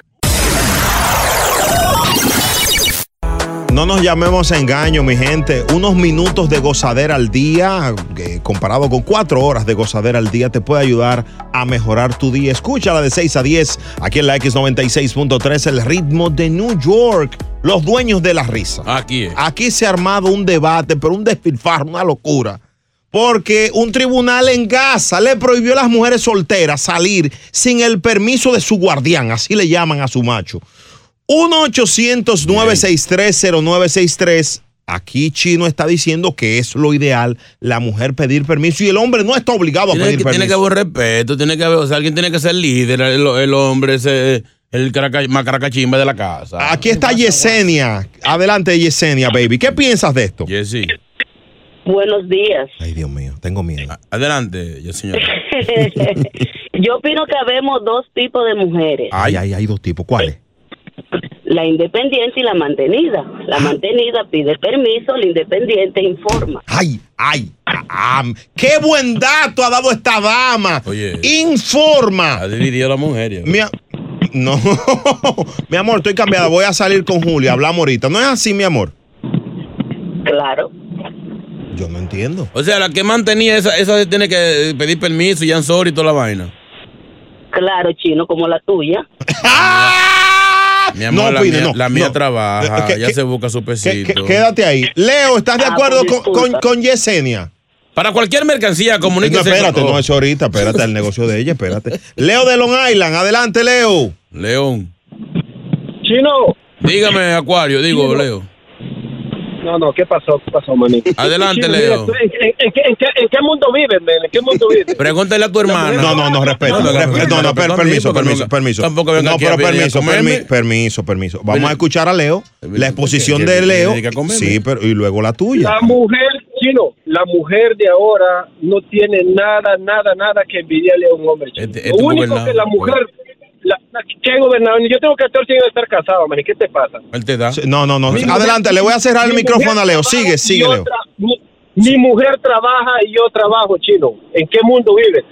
No nos llamemos a engaño, mi gente. Unos minutos de gozadera al día, eh, comparado con cuatro horas de gozadera al día, te puede ayudar a mejorar tu día. Escúchala de 6 a 10 aquí en la X96.3, el ritmo de New York. Los dueños de la risa. Aquí es. Aquí se ha armado un debate, pero un despilfarro, una locura. Porque un tribunal en Gaza le prohibió a las mujeres solteras salir sin el permiso de su guardián, así le llaman a su macho. 1-800-963-0963. Aquí Chino está diciendo que es lo ideal la mujer pedir permiso y el hombre no está obligado a Tiene pedir que, tiene que permiso. haber respeto, tiene que haber, o sea, alguien tiene que ser líder, el, el hombre, ese, el caraca- más caracachimba de la casa. Aquí está Yesenia. Adelante, Yesenia, baby. ¿Qué piensas de esto? Jessy. Buenos días. Ay, Dios mío. Tengo miedo. Adelante, yo señor. Yo opino que habemos dos tipos de mujeres. Ay, ay, hay dos tipos. ¿Cuáles? La independiente y la mantenida. La mantenida pide permiso, la independiente informa. Ay, ay. ah, qué buen dato ha dado esta dama. Informa. Ha dividido la mujer. ya. Mi a- No, mi amor, estoy cambiada. Voy a salir con Julia. Hablamos ahorita. ¿No es así, mi amor? Claro. Yo no entiendo. O sea, la que mantenía esa, esa tiene que eh, pedir permiso y ya sorry y toda la vaina. Claro, chino, como la tuya. Mi amor, No la, opine, mía, no, la mía no. trabaja, Eh, que- ya que- se busca su Qué- pesito. qué- Quédate ahí. Leo, ¿estás de acuerdo con, con- con Yesenia? Para cualquier mercancía, No, comuníquese. espérate, con- no, eso ahorita. Espérate, el negocio de ella, espérate. Leo de Long Island, adelante, Leo. León. Chino. Dígame, Acuario, digo, Leo. No, no, ¿qué pasó? ¿Qué pasó, maní? Adelante, Sí, mira, Leo. ¿tú ¿En, en- en qué- en qué, en qué mundo vives, men? ¿En qué mundo vives? Pregúntale a tu hermana. No, no, no, respeto. No, no, respeto, No, no, respeto per- a mí, permiso, porque permiso, nunca- permiso. tampoco venga No, aquí pero a venir a permiso, comerme. permi- permiso, permiso. Vamos Venir- a escuchar a Leo, la exposición que- de que Leo. venir a comerme. Sí, pero y luego la tuya. La mujer, chino, la mujer de ahora no tiene nada, nada, nada que envidiarle a un hombre. chino. este Lo único gobernado, que la mujer. La, la- ¿Qué gobernador? Yo tengo 14 años de estar casado, man. ¿Qué te pasa? Él te da. Sí, No, no, no. Mi mujer- Adelante, le voy a cerrar el mi micrófono mujer a Leo. trabaja Sigue, y sigue, yo Leo. tra- Mi, mi mujer trabaja y yo trabajo, chino. ¿En qué mundo vive?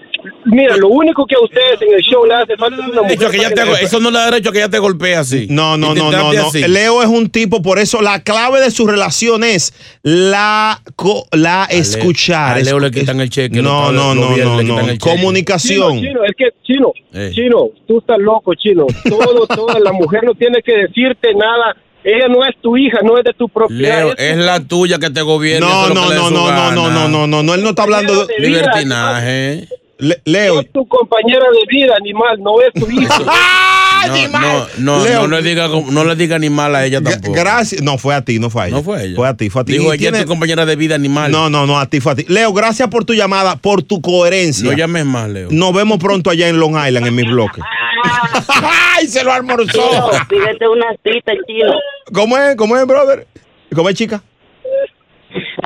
Mira, lo único que a ustedes en el show le hace falta es una mujer. Derecho a que ya para que te- le- eso no le da derecho a que ya te golpee así. No, no, Y te no, no, trate no. así. Leo es un tipo, por eso la clave de su relación es la, co- la escuchar. a Leo Escu- le quitan el cheque, No, los- no, los no, viernes no, le quitan no. el cheque. Comunicación. Chino, chino, es que chino, chino, tú estás loco, chino. Todo, toda la mujer no tiene que decirte nada. Ella no es tu hija, no es de tu propiedad. Leo, eh, es la tuya que te gobierna. No, eso es lo no, que le dé no, su no, no, gana. no, no, no, no, no, él no está hablando de Libertinaje. Le- Leo. tu compañera de vida, animal, no es tu hija. No, no, no, Leo. no le diga, no le diga animal a ella tampoco. Gracias. No, fue a ti, no fue a ella. No fue a ella. Fue a ti, fue a ti. Digo, Y ella tiene- es tu compañera de vida animal. No, no, no, a ti fue a ti. Leo, gracias por tu llamada, por tu coherencia. No llames más, Leo. Nos vemos pronto allá en Long Island, en mi bloque. ¡Ay, se lo Chino, almorzó! pídete una cita, chino. ¿Cómo es? ¿Cómo es, brother? ¿Cómo es, chica?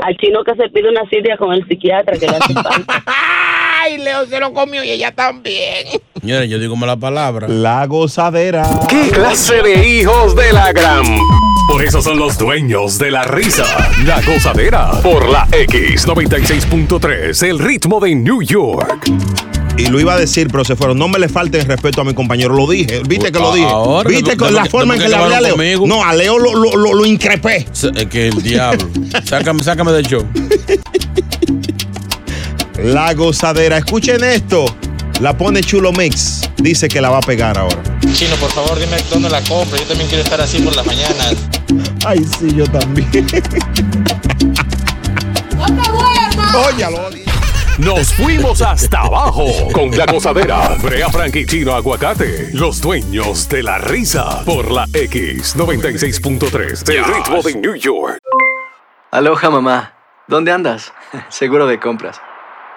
Al chino que se pide una cita con el psiquiatra que le hace falta. Ay, Leo se lo comió y ella también. Señores, yo digo mala palabra. La gozadera. ¿Qué clase de hijos de la gran? Por eso son los dueños de la risa. La gozadera por la X96.3, el ritmo de New York. Y lo iba a decir, pero se fueron. No me le falte el respeto a mi compañero. Lo dije. ¿Viste que lo dije? Pues Ahora, ¿Viste ¿de- de- con la de- forma en de- que le hablé a Leo? acabaron conmigo? No, a Leo lo, lo, lo- lo increpé. S- Es que el diablo. Sácame, sácame del show. La gozadera. Escuchen esto. La pone Chulo Mix. Dice que la va a pegar ahora. Chino, por favor, dime dónde la compro. Yo también quiero estar así por las mañanas. Ay, sí, yo también. Óyalo. Nos fuimos hasta abajo con la gozadera. Brea Frank y Chino Aguacate, los dueños de la risa por la X96.3, el este ritmo de New York. Aloha, mamá. ¿Dónde andas? Seguro de compras.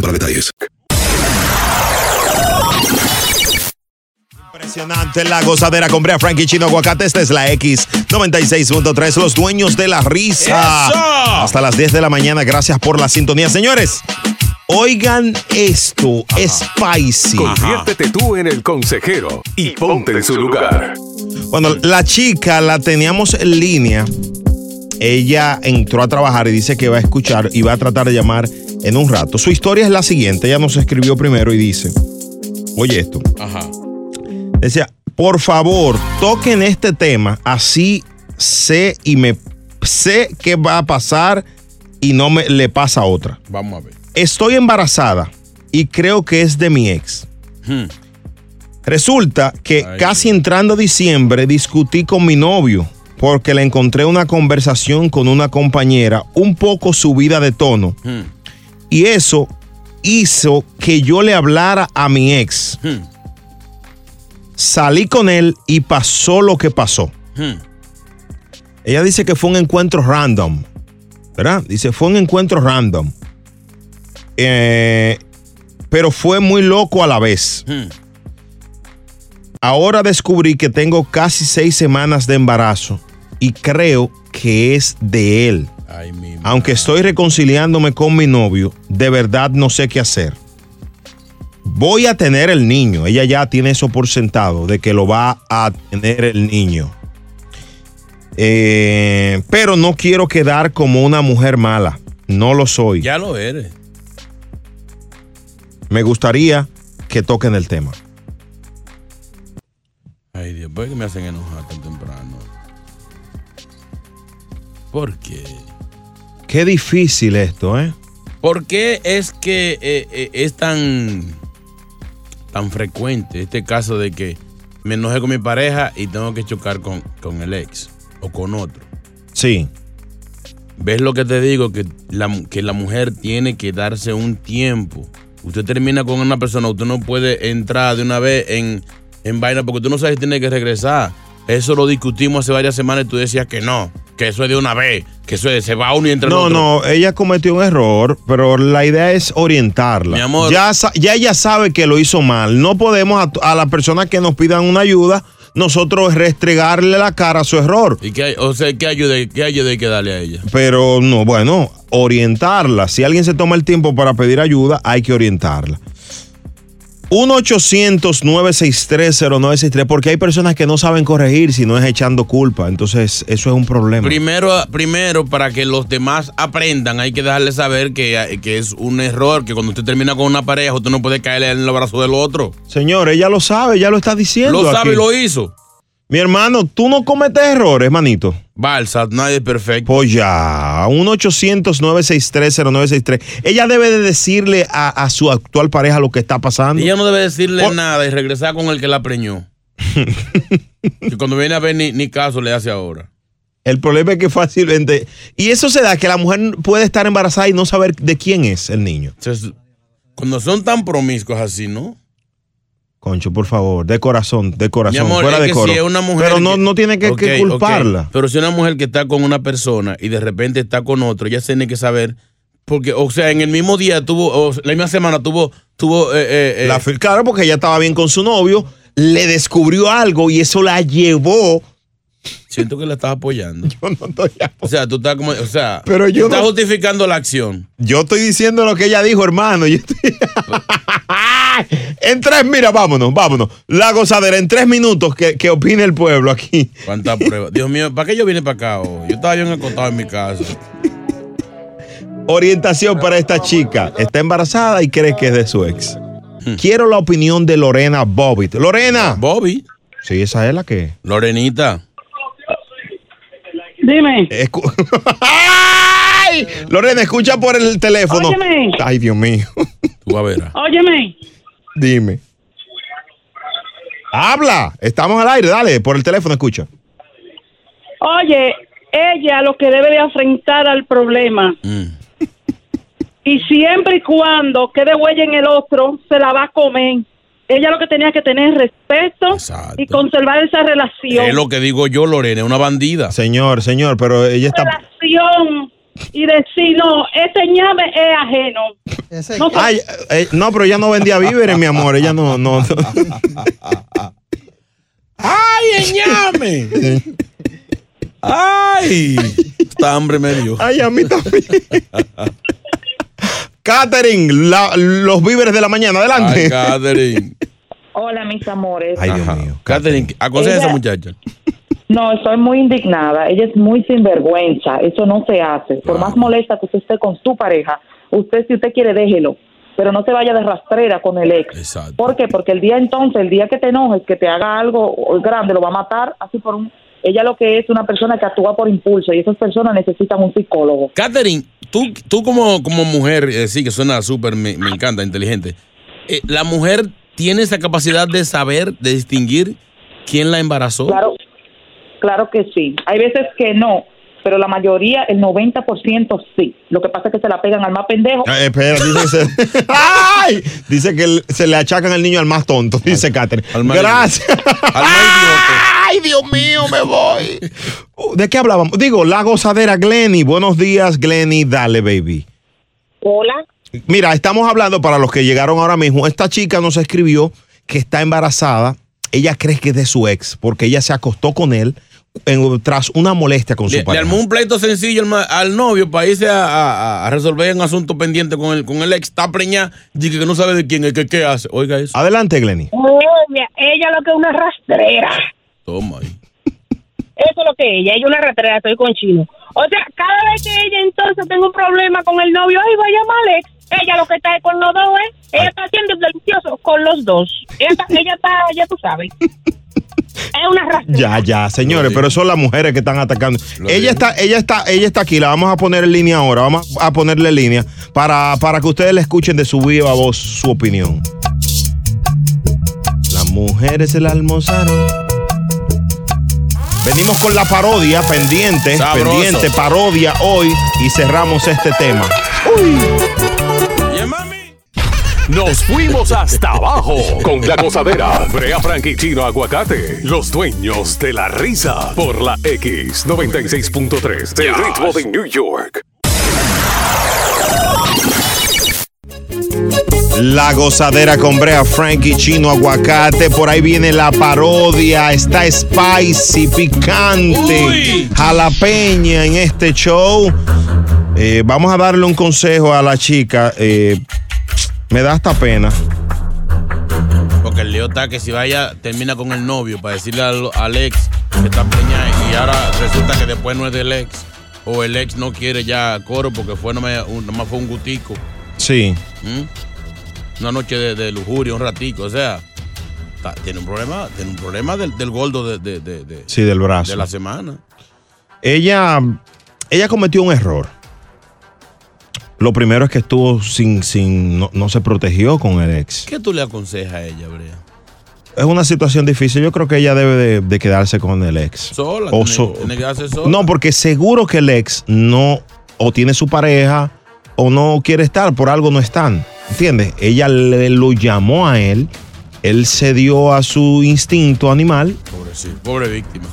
para detalles. Impresionante la gozadera con Brea Frank y Chino Aguacate. Esta es la X96.3, los dueños de la risa. Hasta las 10 de la mañana, gracias por la sintonía, señores. Oigan esto, es spicy. Conviértete tú en el consejero y ponte en su lugar. Bueno, la chica la teníamos en línea. Ella entró a trabajar y dice que va a escuchar y va a tratar de llamar en un rato. Su historia es la siguiente. Ella nos escribió primero y dice, oye esto. Ajá. Decía, por favor, toquen este tema. Así sé y me sé qué va a pasar y no me le pasa a otra. Vamos a ver. Estoy embarazada y creo que es de mi ex. Resulta que casi entrando diciembre discutí con mi novio porque le encontré una conversación con una compañera un poco subida de tono Hmm. y eso hizo que yo le hablara a mi ex. Salí con él y pasó lo que pasó. Hmm, Ella dice que fue un encuentro random. ¿Verdad? Dice, fue un encuentro random. Eh, pero fue muy loco a la vez. hmm. Ahora descubrí que tengo casi seis semanas de embarazo y creo que es de él. Aunque estoy reconciliándome con mi novio, de verdad no sé qué hacer. Voy a tener el niño. Ella ya tiene eso por sentado, de que lo va a tener el niño. Eh, pero no quiero quedar como una mujer mala. No lo soy. Ya lo eres. Me gustaría que toquen el tema. Ay, Dios, ¿por qué me hacen enojar tan temprano? ¿Por qué? Qué difícil esto, ¿eh? ¿Por qué es que eh, eh, es tan, tan frecuente este caso de que me enojé con mi pareja y tengo que chocar con, con el ex o con otro? Sí. ¿Ves lo que te digo? Que la, mu- que la mujer tiene que darse un tiempo. Usted termina con una persona, usted no puede entrar de una vez en, en vaina porque tú no sabes si tiene que regresar. Eso lo discutimos hace varias semanas y tú decías que no, que eso es de una vez, que eso es- se va uno y entra el No, otro. no, ella cometió un error, pero la idea es orientarla. Mi amor. Ya, sa- ya ella sabe que lo hizo mal. No podemos a, a las personas que nos pidan una ayuda, nosotros restregarle la cara a su error. ¿Y qué hay? O sea, ¿qué ayuda, qué ayuda hay que darle a ella? Pero no, bueno, orientarla. Si alguien se toma el tiempo para pedir ayuda, hay que orientarla. 1-800-963-0963, porque hay personas que no saben corregir si no es echando culpa. Entonces, eso es un problema. Primero, primero, para que los demás aprendan, hay que dejarle saber que, que es un error, que cuando usted termina con una pareja, usted no puede caerle en el abrazo del otro. Señor, ella lo sabe, ya lo está diciendo. Lo sabe aquí. y lo hizo. Mi hermano, tú no cometes errores, manito. Balsa, nadie es perfecto. Pues ya, 1-800-963-0963. Ella debe de decirle a, a su actual pareja lo que está pasando. Ella no debe decirle nada y regresar con el que la preñó. y cuando viene a ver, ni, ni caso le hace ahora. El problema es que fácilmente... Y eso se da que la mujer puede estar embarazada y no saber de quién es el niño. Entonces, cuando son tan promiscuos así, ¿no? Concho, por favor, de corazón, de corazón, Mi amor, fuera es de que coro. si es una mujer. Pero no, no tiene que, que Ok, ok. culparla. Pero si una mujer que está con una persona y de repente está con otro, ella tiene que saber. Porque, o sea, en el mismo día tuvo, o la misma semana tuvo, tuvo eh, eh, eh, La fil- claro, porque ella estaba bien con su novio, le descubrió algo y eso la llevó. Siento que la estás apoyando. Yo no estoy O sea, tú estás como. O sea, Pero yo estás no- justificando la acción. Yo estoy diciendo lo que ella dijo, hermano. Yo estoy- en tres, mira, vámonos, vámonos. La gozadera, en tres minutos, que, que opine el pueblo aquí. ¿Cuántas pruebas? Dios mío, ¿para qué yo vine para acá hoy? Yo estaba bien acostado en mi casa. Orientación para esta chica. Está embarazada y cree que es de su ex. Quiero la opinión de Lorena Bobbitt. Lorena. Bobby. Sí, esa es la que. Lorenita. Dime. ¡Ay! Lorena, escucha por el teléfono. Óyeme. Ay, Dios mío. Tú a ver. Óyeme, Dime. Habla. Estamos al aire, dale. Por el teléfono, escucha. oye, ella lo que debe de afrontar al problema. Y siempre y cuando quede huella en el otro, se la va a comer. Ella lo que tenía que tener es respeto y conservar esa relación. Es lo que digo yo, Lorena, una bandida. Señor, señor, pero ella está. Relación y decir, no, este ñame es ajeno. No, pues, Ay, eh, no, pero ella no vendía víveres, mi amor. Ella no, no. ¡Ay, ñame! ¡Ay! Esta hambre me dio. Ay, a mí también. Catherine, la- los víveres de la mañana, adelante. Ay, Catherine. Hola, mis amores. Dios mío. Catherine, aconseja a esa Ella- muchacha. No, estoy muy indignada. Ella es muy sinvergüenza. Eso no se hace. Por más molesta que usted esté con su pareja, usted si usted quiere déjelo, pero no se vaya de rastrera con el ex. Exacto. ¿Por qué? Porque el día entonces, el día que te enojes, que te haga algo grande, lo va a matar así por un... Ella lo que es una persona que actúa por impulso y esas personas necesitan un psicólogo. Catherine, tú, tú como, como mujer, eh, sí, que suena súper, me, me encanta, inteligente. Eh, ¿La mujer tiene esa capacidad de saber, de distinguir quién la embarazó? Claro, claro que sí. Hay veces que no, pero la mayoría, el 90% sí. Lo que pasa es que se la pegan al más pendejo. Eh, espera, dice que se, ¡Ay! Dice que el- se le achacan al niño al más tonto, dice Catherine. Gracias. Ay, Dios mío, me voy. ¿De qué hablábamos? Digo, la gozadera Glenny. Buenos días, Glenny. Dale, baby. Hola. Mira, estamos hablando para los que llegaron ahora mismo. Esta chica nos escribió que está embarazada. Ella cree que es de su ex porque ella se acostó con él en- tras una molestia con su Le, le pareja. armó un pleito sencillo al, ma- al novio para irse a, a- a resolver un asunto pendiente con el, con el ex. Está preñada y que no sabe de quién es, que qué hace. Oiga eso. Adelante, Glenny. Oye, ella lo que es una rastrera. Toma. ahí. Eso es lo que ella, ella es una rastrera, estoy con chino. O sea, cada vez que ella entonces tenga un problema con el novio, ay, vaya mal ex. Ella lo que está es con los dos, ¿eh? Ella está siendo delicioso con los dos. Ella está, ella está ya tú sabes. Es una rastrera. Ya, ya, señores, pero son las mujeres que están atacando. Ella está, ella está, ella está aquí, la vamos a poner en línea ahora, vamos a ponerle en línea para, para que ustedes le escuchen de su viva voz su opinión. Las mujeres se la almorzaron. Venimos con la parodia pendiente, Sabroso. pendiente, parodia hoy y cerramos este tema. Nos fuimos hasta abajo con la gozadera. Brea Frank y Chino Aguacate, los dueños de la risa por la X96.3 del ritmo de New York. La gozadera con Brea Frankie Chino Aguacate. Por ahí viene la parodia. Está spicy, picante, jalapeña en este show. Eh, vamos a darle un consejo a la chica. eh, me da hasta pena. Porque el Leo está que si vaya, termina con el novio para decirle al, al ex que está preñada y ahora resulta que después no es del ex. O el ex no quiere ya coro porque fue nomás un, nomás fue un gutico. Sí. ¿m? Una noche de, de lujuria, un ratico. O sea, está- tiene un problema, tiene un problema del, del gordo de, de- de- de- Sí, del brazo. de la semana. Ella, ella cometió un error. Lo primero es que estuvo sin, sin, no, no se protegió con el ex. ¿Qué tú le aconsejas a ella, Brea? Es una situación difícil. Yo creo que ella debe de, de quedarse con el ex. Sola, O tiene- so- tiene que quedarse sola. No, porque seguro que el ex no o tiene su pareja o no quiere estar, por algo no están. ¿Entiendes? Ella le, lo llamó a él, él cedió a su instinto animal. Pobre, sí, pobre víctima.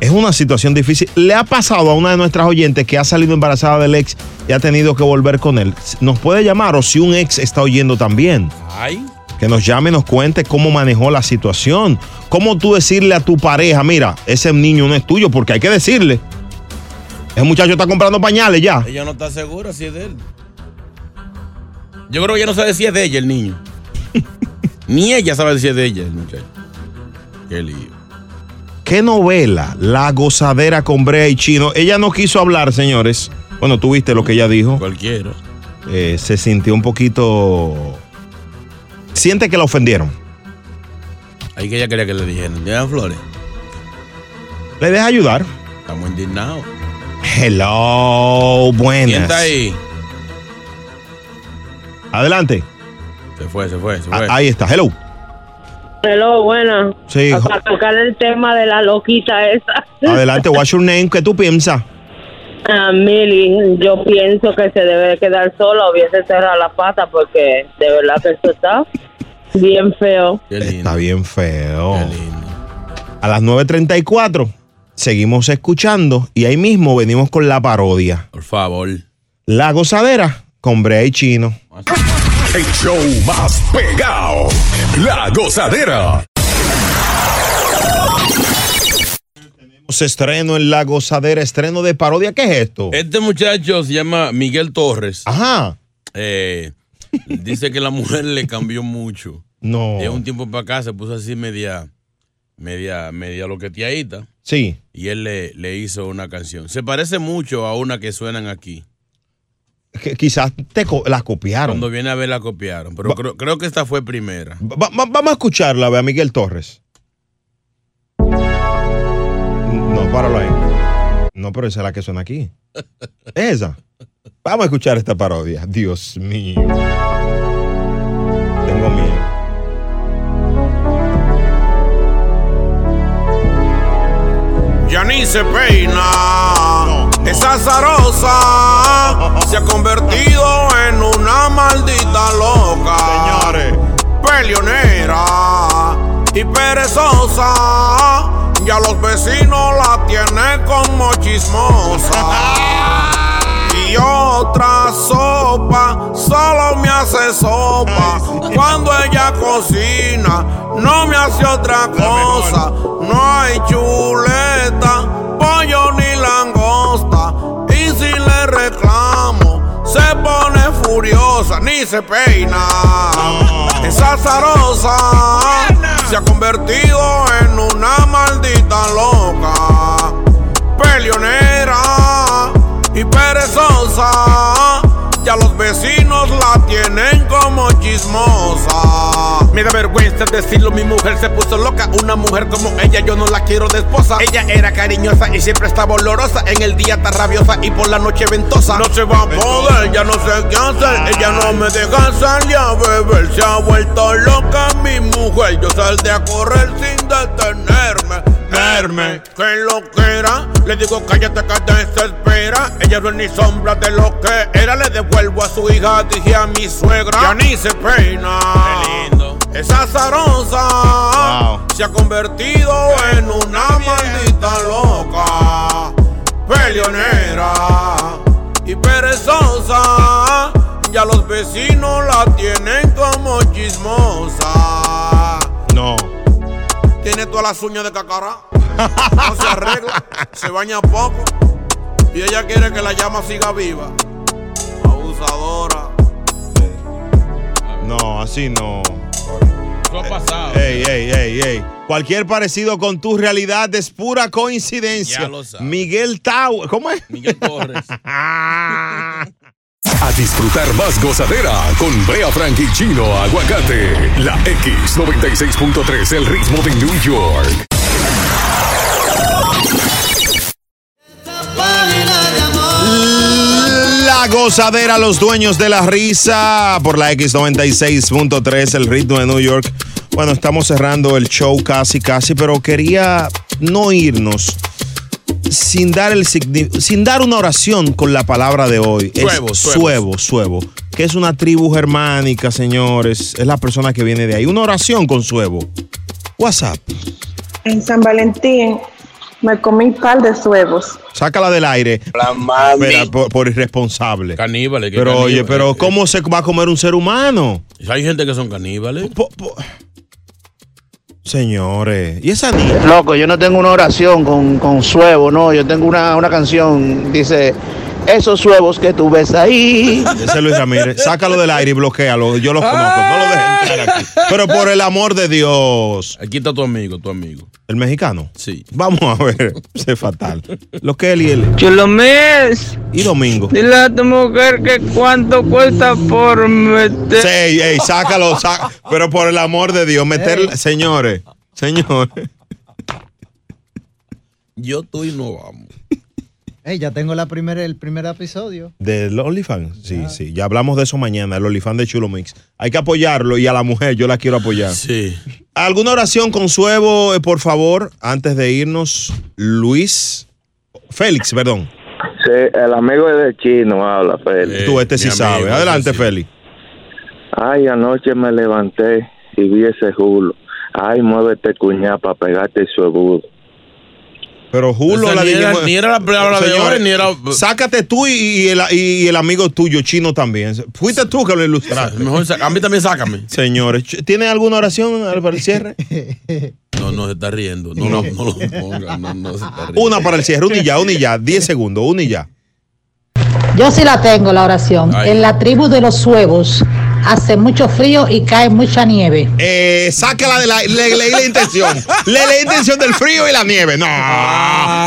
Es una situación difícil. Le ha pasado a una de nuestras oyentes que ha salido embarazada del ex y ha tenido que volver con él. Nos puede llamar o si un ex está oyendo también. Ay. Que nos llame y nos cuente cómo manejó la situación. Cómo tú decirle a tu pareja, mira, ese niño no es tuyo, porque hay que decirle. Ese muchacho está comprando pañales ya. Ella no está segura si es de él. Yo creo que ella no sabe si es de ella el niño. Ni ella sabe si es de ella el muchacho. Qué lío. ¿Qué novela? La gozadera con Brea y Chino. Ella no quiso hablar, señores. Bueno, tú viste lo que ella dijo. Cualquiera. Eh, se sintió un poquito... Siente que la ofendieron. Ahí que ella quería que le dijeran, llegan flores. Le deja ayudar. Estamos indignados. Hello, Oh, buenas. ¿Quién está ahí? Adelante. Se fue, se fue, se fue. Ah, ahí está, hello. Hello, buena. Sí, jo- Para tocar el tema de la loquita esa. Adelante, what's your name? ¿Qué tú piensas? Ah, Mili, yo pienso que se debe de quedar sola, hubiese cerrado la pata porque de verdad que esto está bien feo. Está bien feo. A las 9.34 seguimos escuchando y ahí mismo venimos con la parodia. Por favor. La gozadera con Brea y Chino. El show más pegado. La gozadera. Tenemos Estreno en la gozadera, estreno de parodia. ¿Qué es esto? Este muchacho se llama Miguel Torres. Eh, Ajá. dice que la mujer le cambió mucho. No. De un tiempo para acá se puso así media, media, media loqueteadita. Sí. Y él le, le hizo una canción. Se parece mucho a una que suenan aquí. Que quizás te co- las copiaron. Cuando viene a ver la copiaron. Pero creo, creo que esta fue primera. Va- va- vamos a escucharla, ve a Miguel Torres. No, páralo ahí. No, pero esa es la que suena aquí. Esa. Vamos a escuchar esta parodia. Dios mío. Tengo miedo. ya ni se peina. Esa zarosa se ha convertido en una maldita loca. Señores, peleonera y perezosa. Ya los vecinos la tienen como chismosa. Y otra sopa solo me hace sopa. Cuando ella cocina, no me hace otra cosa. No hay chuleta, pollo ni langosta. Y si le reclamo, se pone furiosa, ni se peina. Esa zarosa se ha convertido en una maldita loca. Peleonera y perezosa. Ya los vecinos la tienen como chismosa. Me da vergüenza decirlo, mi mujer se puso loca. Una mujer como ella yo no la quiero de esposa. Ella era cariñosa y siempre estaba olorosa. En el día está rabiosa y por la noche ventosa. No se va a poder, ya no sé qué hacer. Ella no me deja salir a beber. Se ha vuelto loca mi mujer. Yo saldré a correr sin detenerme. Verme, que lo que era. Le digo cállate que desespera. Ella no es ni sombra de lo que era. Le devuelvo a su hija, dije a mi suegra. Ya ni se peina. Esa zarosa se ha convertido en una maldita loca. Peleonera y perezosa. Ya los vecinos la tienen como chismosa. No. Tiene todas las uñas de cacara. No se arregla, se baña poco. Y ella quiere que la llama siga viva. Abusadora. No, así no. Eso ha pasado. Ey, ey, ey, ey. Cualquier parecido con tu realidad es pura coincidencia. Ya lo sabes. Miguel Tau. ¿Cómo es? Miguel Torres. A disfrutar más gozadera con Brea Frank y Chino Aguacate. La X96.3, el ritmo de New York. La gozadera, los dueños de la risa por la X96.3, el ritmo de New York. Bueno, estamos cerrando el show casi, casi, pero quería no irnos sin dar, el, signi- sin dar una oración con la palabra de hoy. Es Suevo, suevo. suevo, suevo, que es una tribu germánica, señores. Es la persona que viene de ahí. Una oración con suevo. WhatsApp, En San Valentín me comí un par de huevos. sácala del aire. Espera, por, por irresponsable. Caníbales. que Pero oye, caníbales. pero ¿cómo se va a comer un ser humano? Hay gente que son caníbales. Señores, y esa niña. Loco, yo no tengo una oración con, con suevo, no, yo tengo una, una canción, dice, esos suevos que tú ves ahí. Ese es Luis Ramírez, sácalo del aire y bloquealo. Yo los conozco, no lo dejes entrar aquí. Pero por el amor de Dios. Aquí está tu amigo, tu amigo. ¿El mexicano? Sí. Vamos a ver, ese es fatal. Lo que él y él. Chulomés. Y domingo. Dile a tu mujer que cuánto cuesta por meter. Sí, ey, ey, sácalo, sa- pero por el amor de Dios, meter. Señores, señores. Yo tú y no vamos. Ey, ya tengo la primera, el primer episodio. Del OnlyFans. Sí, sí. Ya hablamos de eso mañana, el OnlyFans de Chulo Mix. Hay que apoyarlo y a la mujer yo la quiero apoyar. Sí. ¿Alguna oración, Consuevo, eh, por favor, antes de irnos? Luis. Félix, perdón. Sí, el amigo de chino habla, Félix. Tú, este sí sabe. Adelante, Félix. Ay, anoche me levanté y vi ese julo. Ay, muévete, cuñá, para pegarte su agudo. Pero Julo O sea, la ni era- dijimos- ni era la palabra de Señores, ahora, ni era- Sácate tú y, y el, y el amigo tuyo, chino también. Fuiste tú que lo ilustraste. Mejor a mí también sácame. Señores, ch- ¿tienen alguna oración al- para el cierre? No, no se está riendo. Pues No, no, no lo ponga. No, no se está riendo. Una para el cierre, una y ya, una y ya. 10 segundos, una y ya. Yo sí la tengo, la oración. Ay. En la tribu de los huevos hace mucho frío y cae mucha nieve. Eh, sácala de la. Le, leí la intención. Le leí la intención del frío y la nieve. No,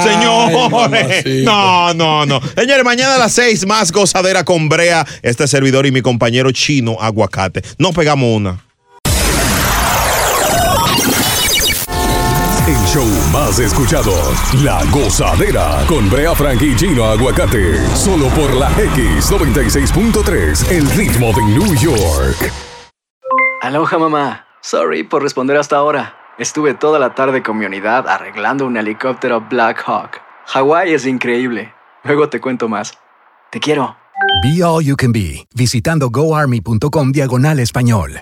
señores. No, no, no. Señores, mañana a las 6 más gozadera con Brea, este servidor y mi compañero chino Aguacate. Nos pegamos una. El show más escuchado, La Gozadera, con Brea Frank y Gino Aguacate, solo por la X96.3, el ritmo de New York. Aloha mamá. Sorry por responder hasta ahora. Estuve toda la tarde con mi unidad arreglando un helicóptero Black Hawk. Hawái es increíble. Luego te cuento más. Te quiero. Be All You Can Be, visitando goarmy.com diagonal español.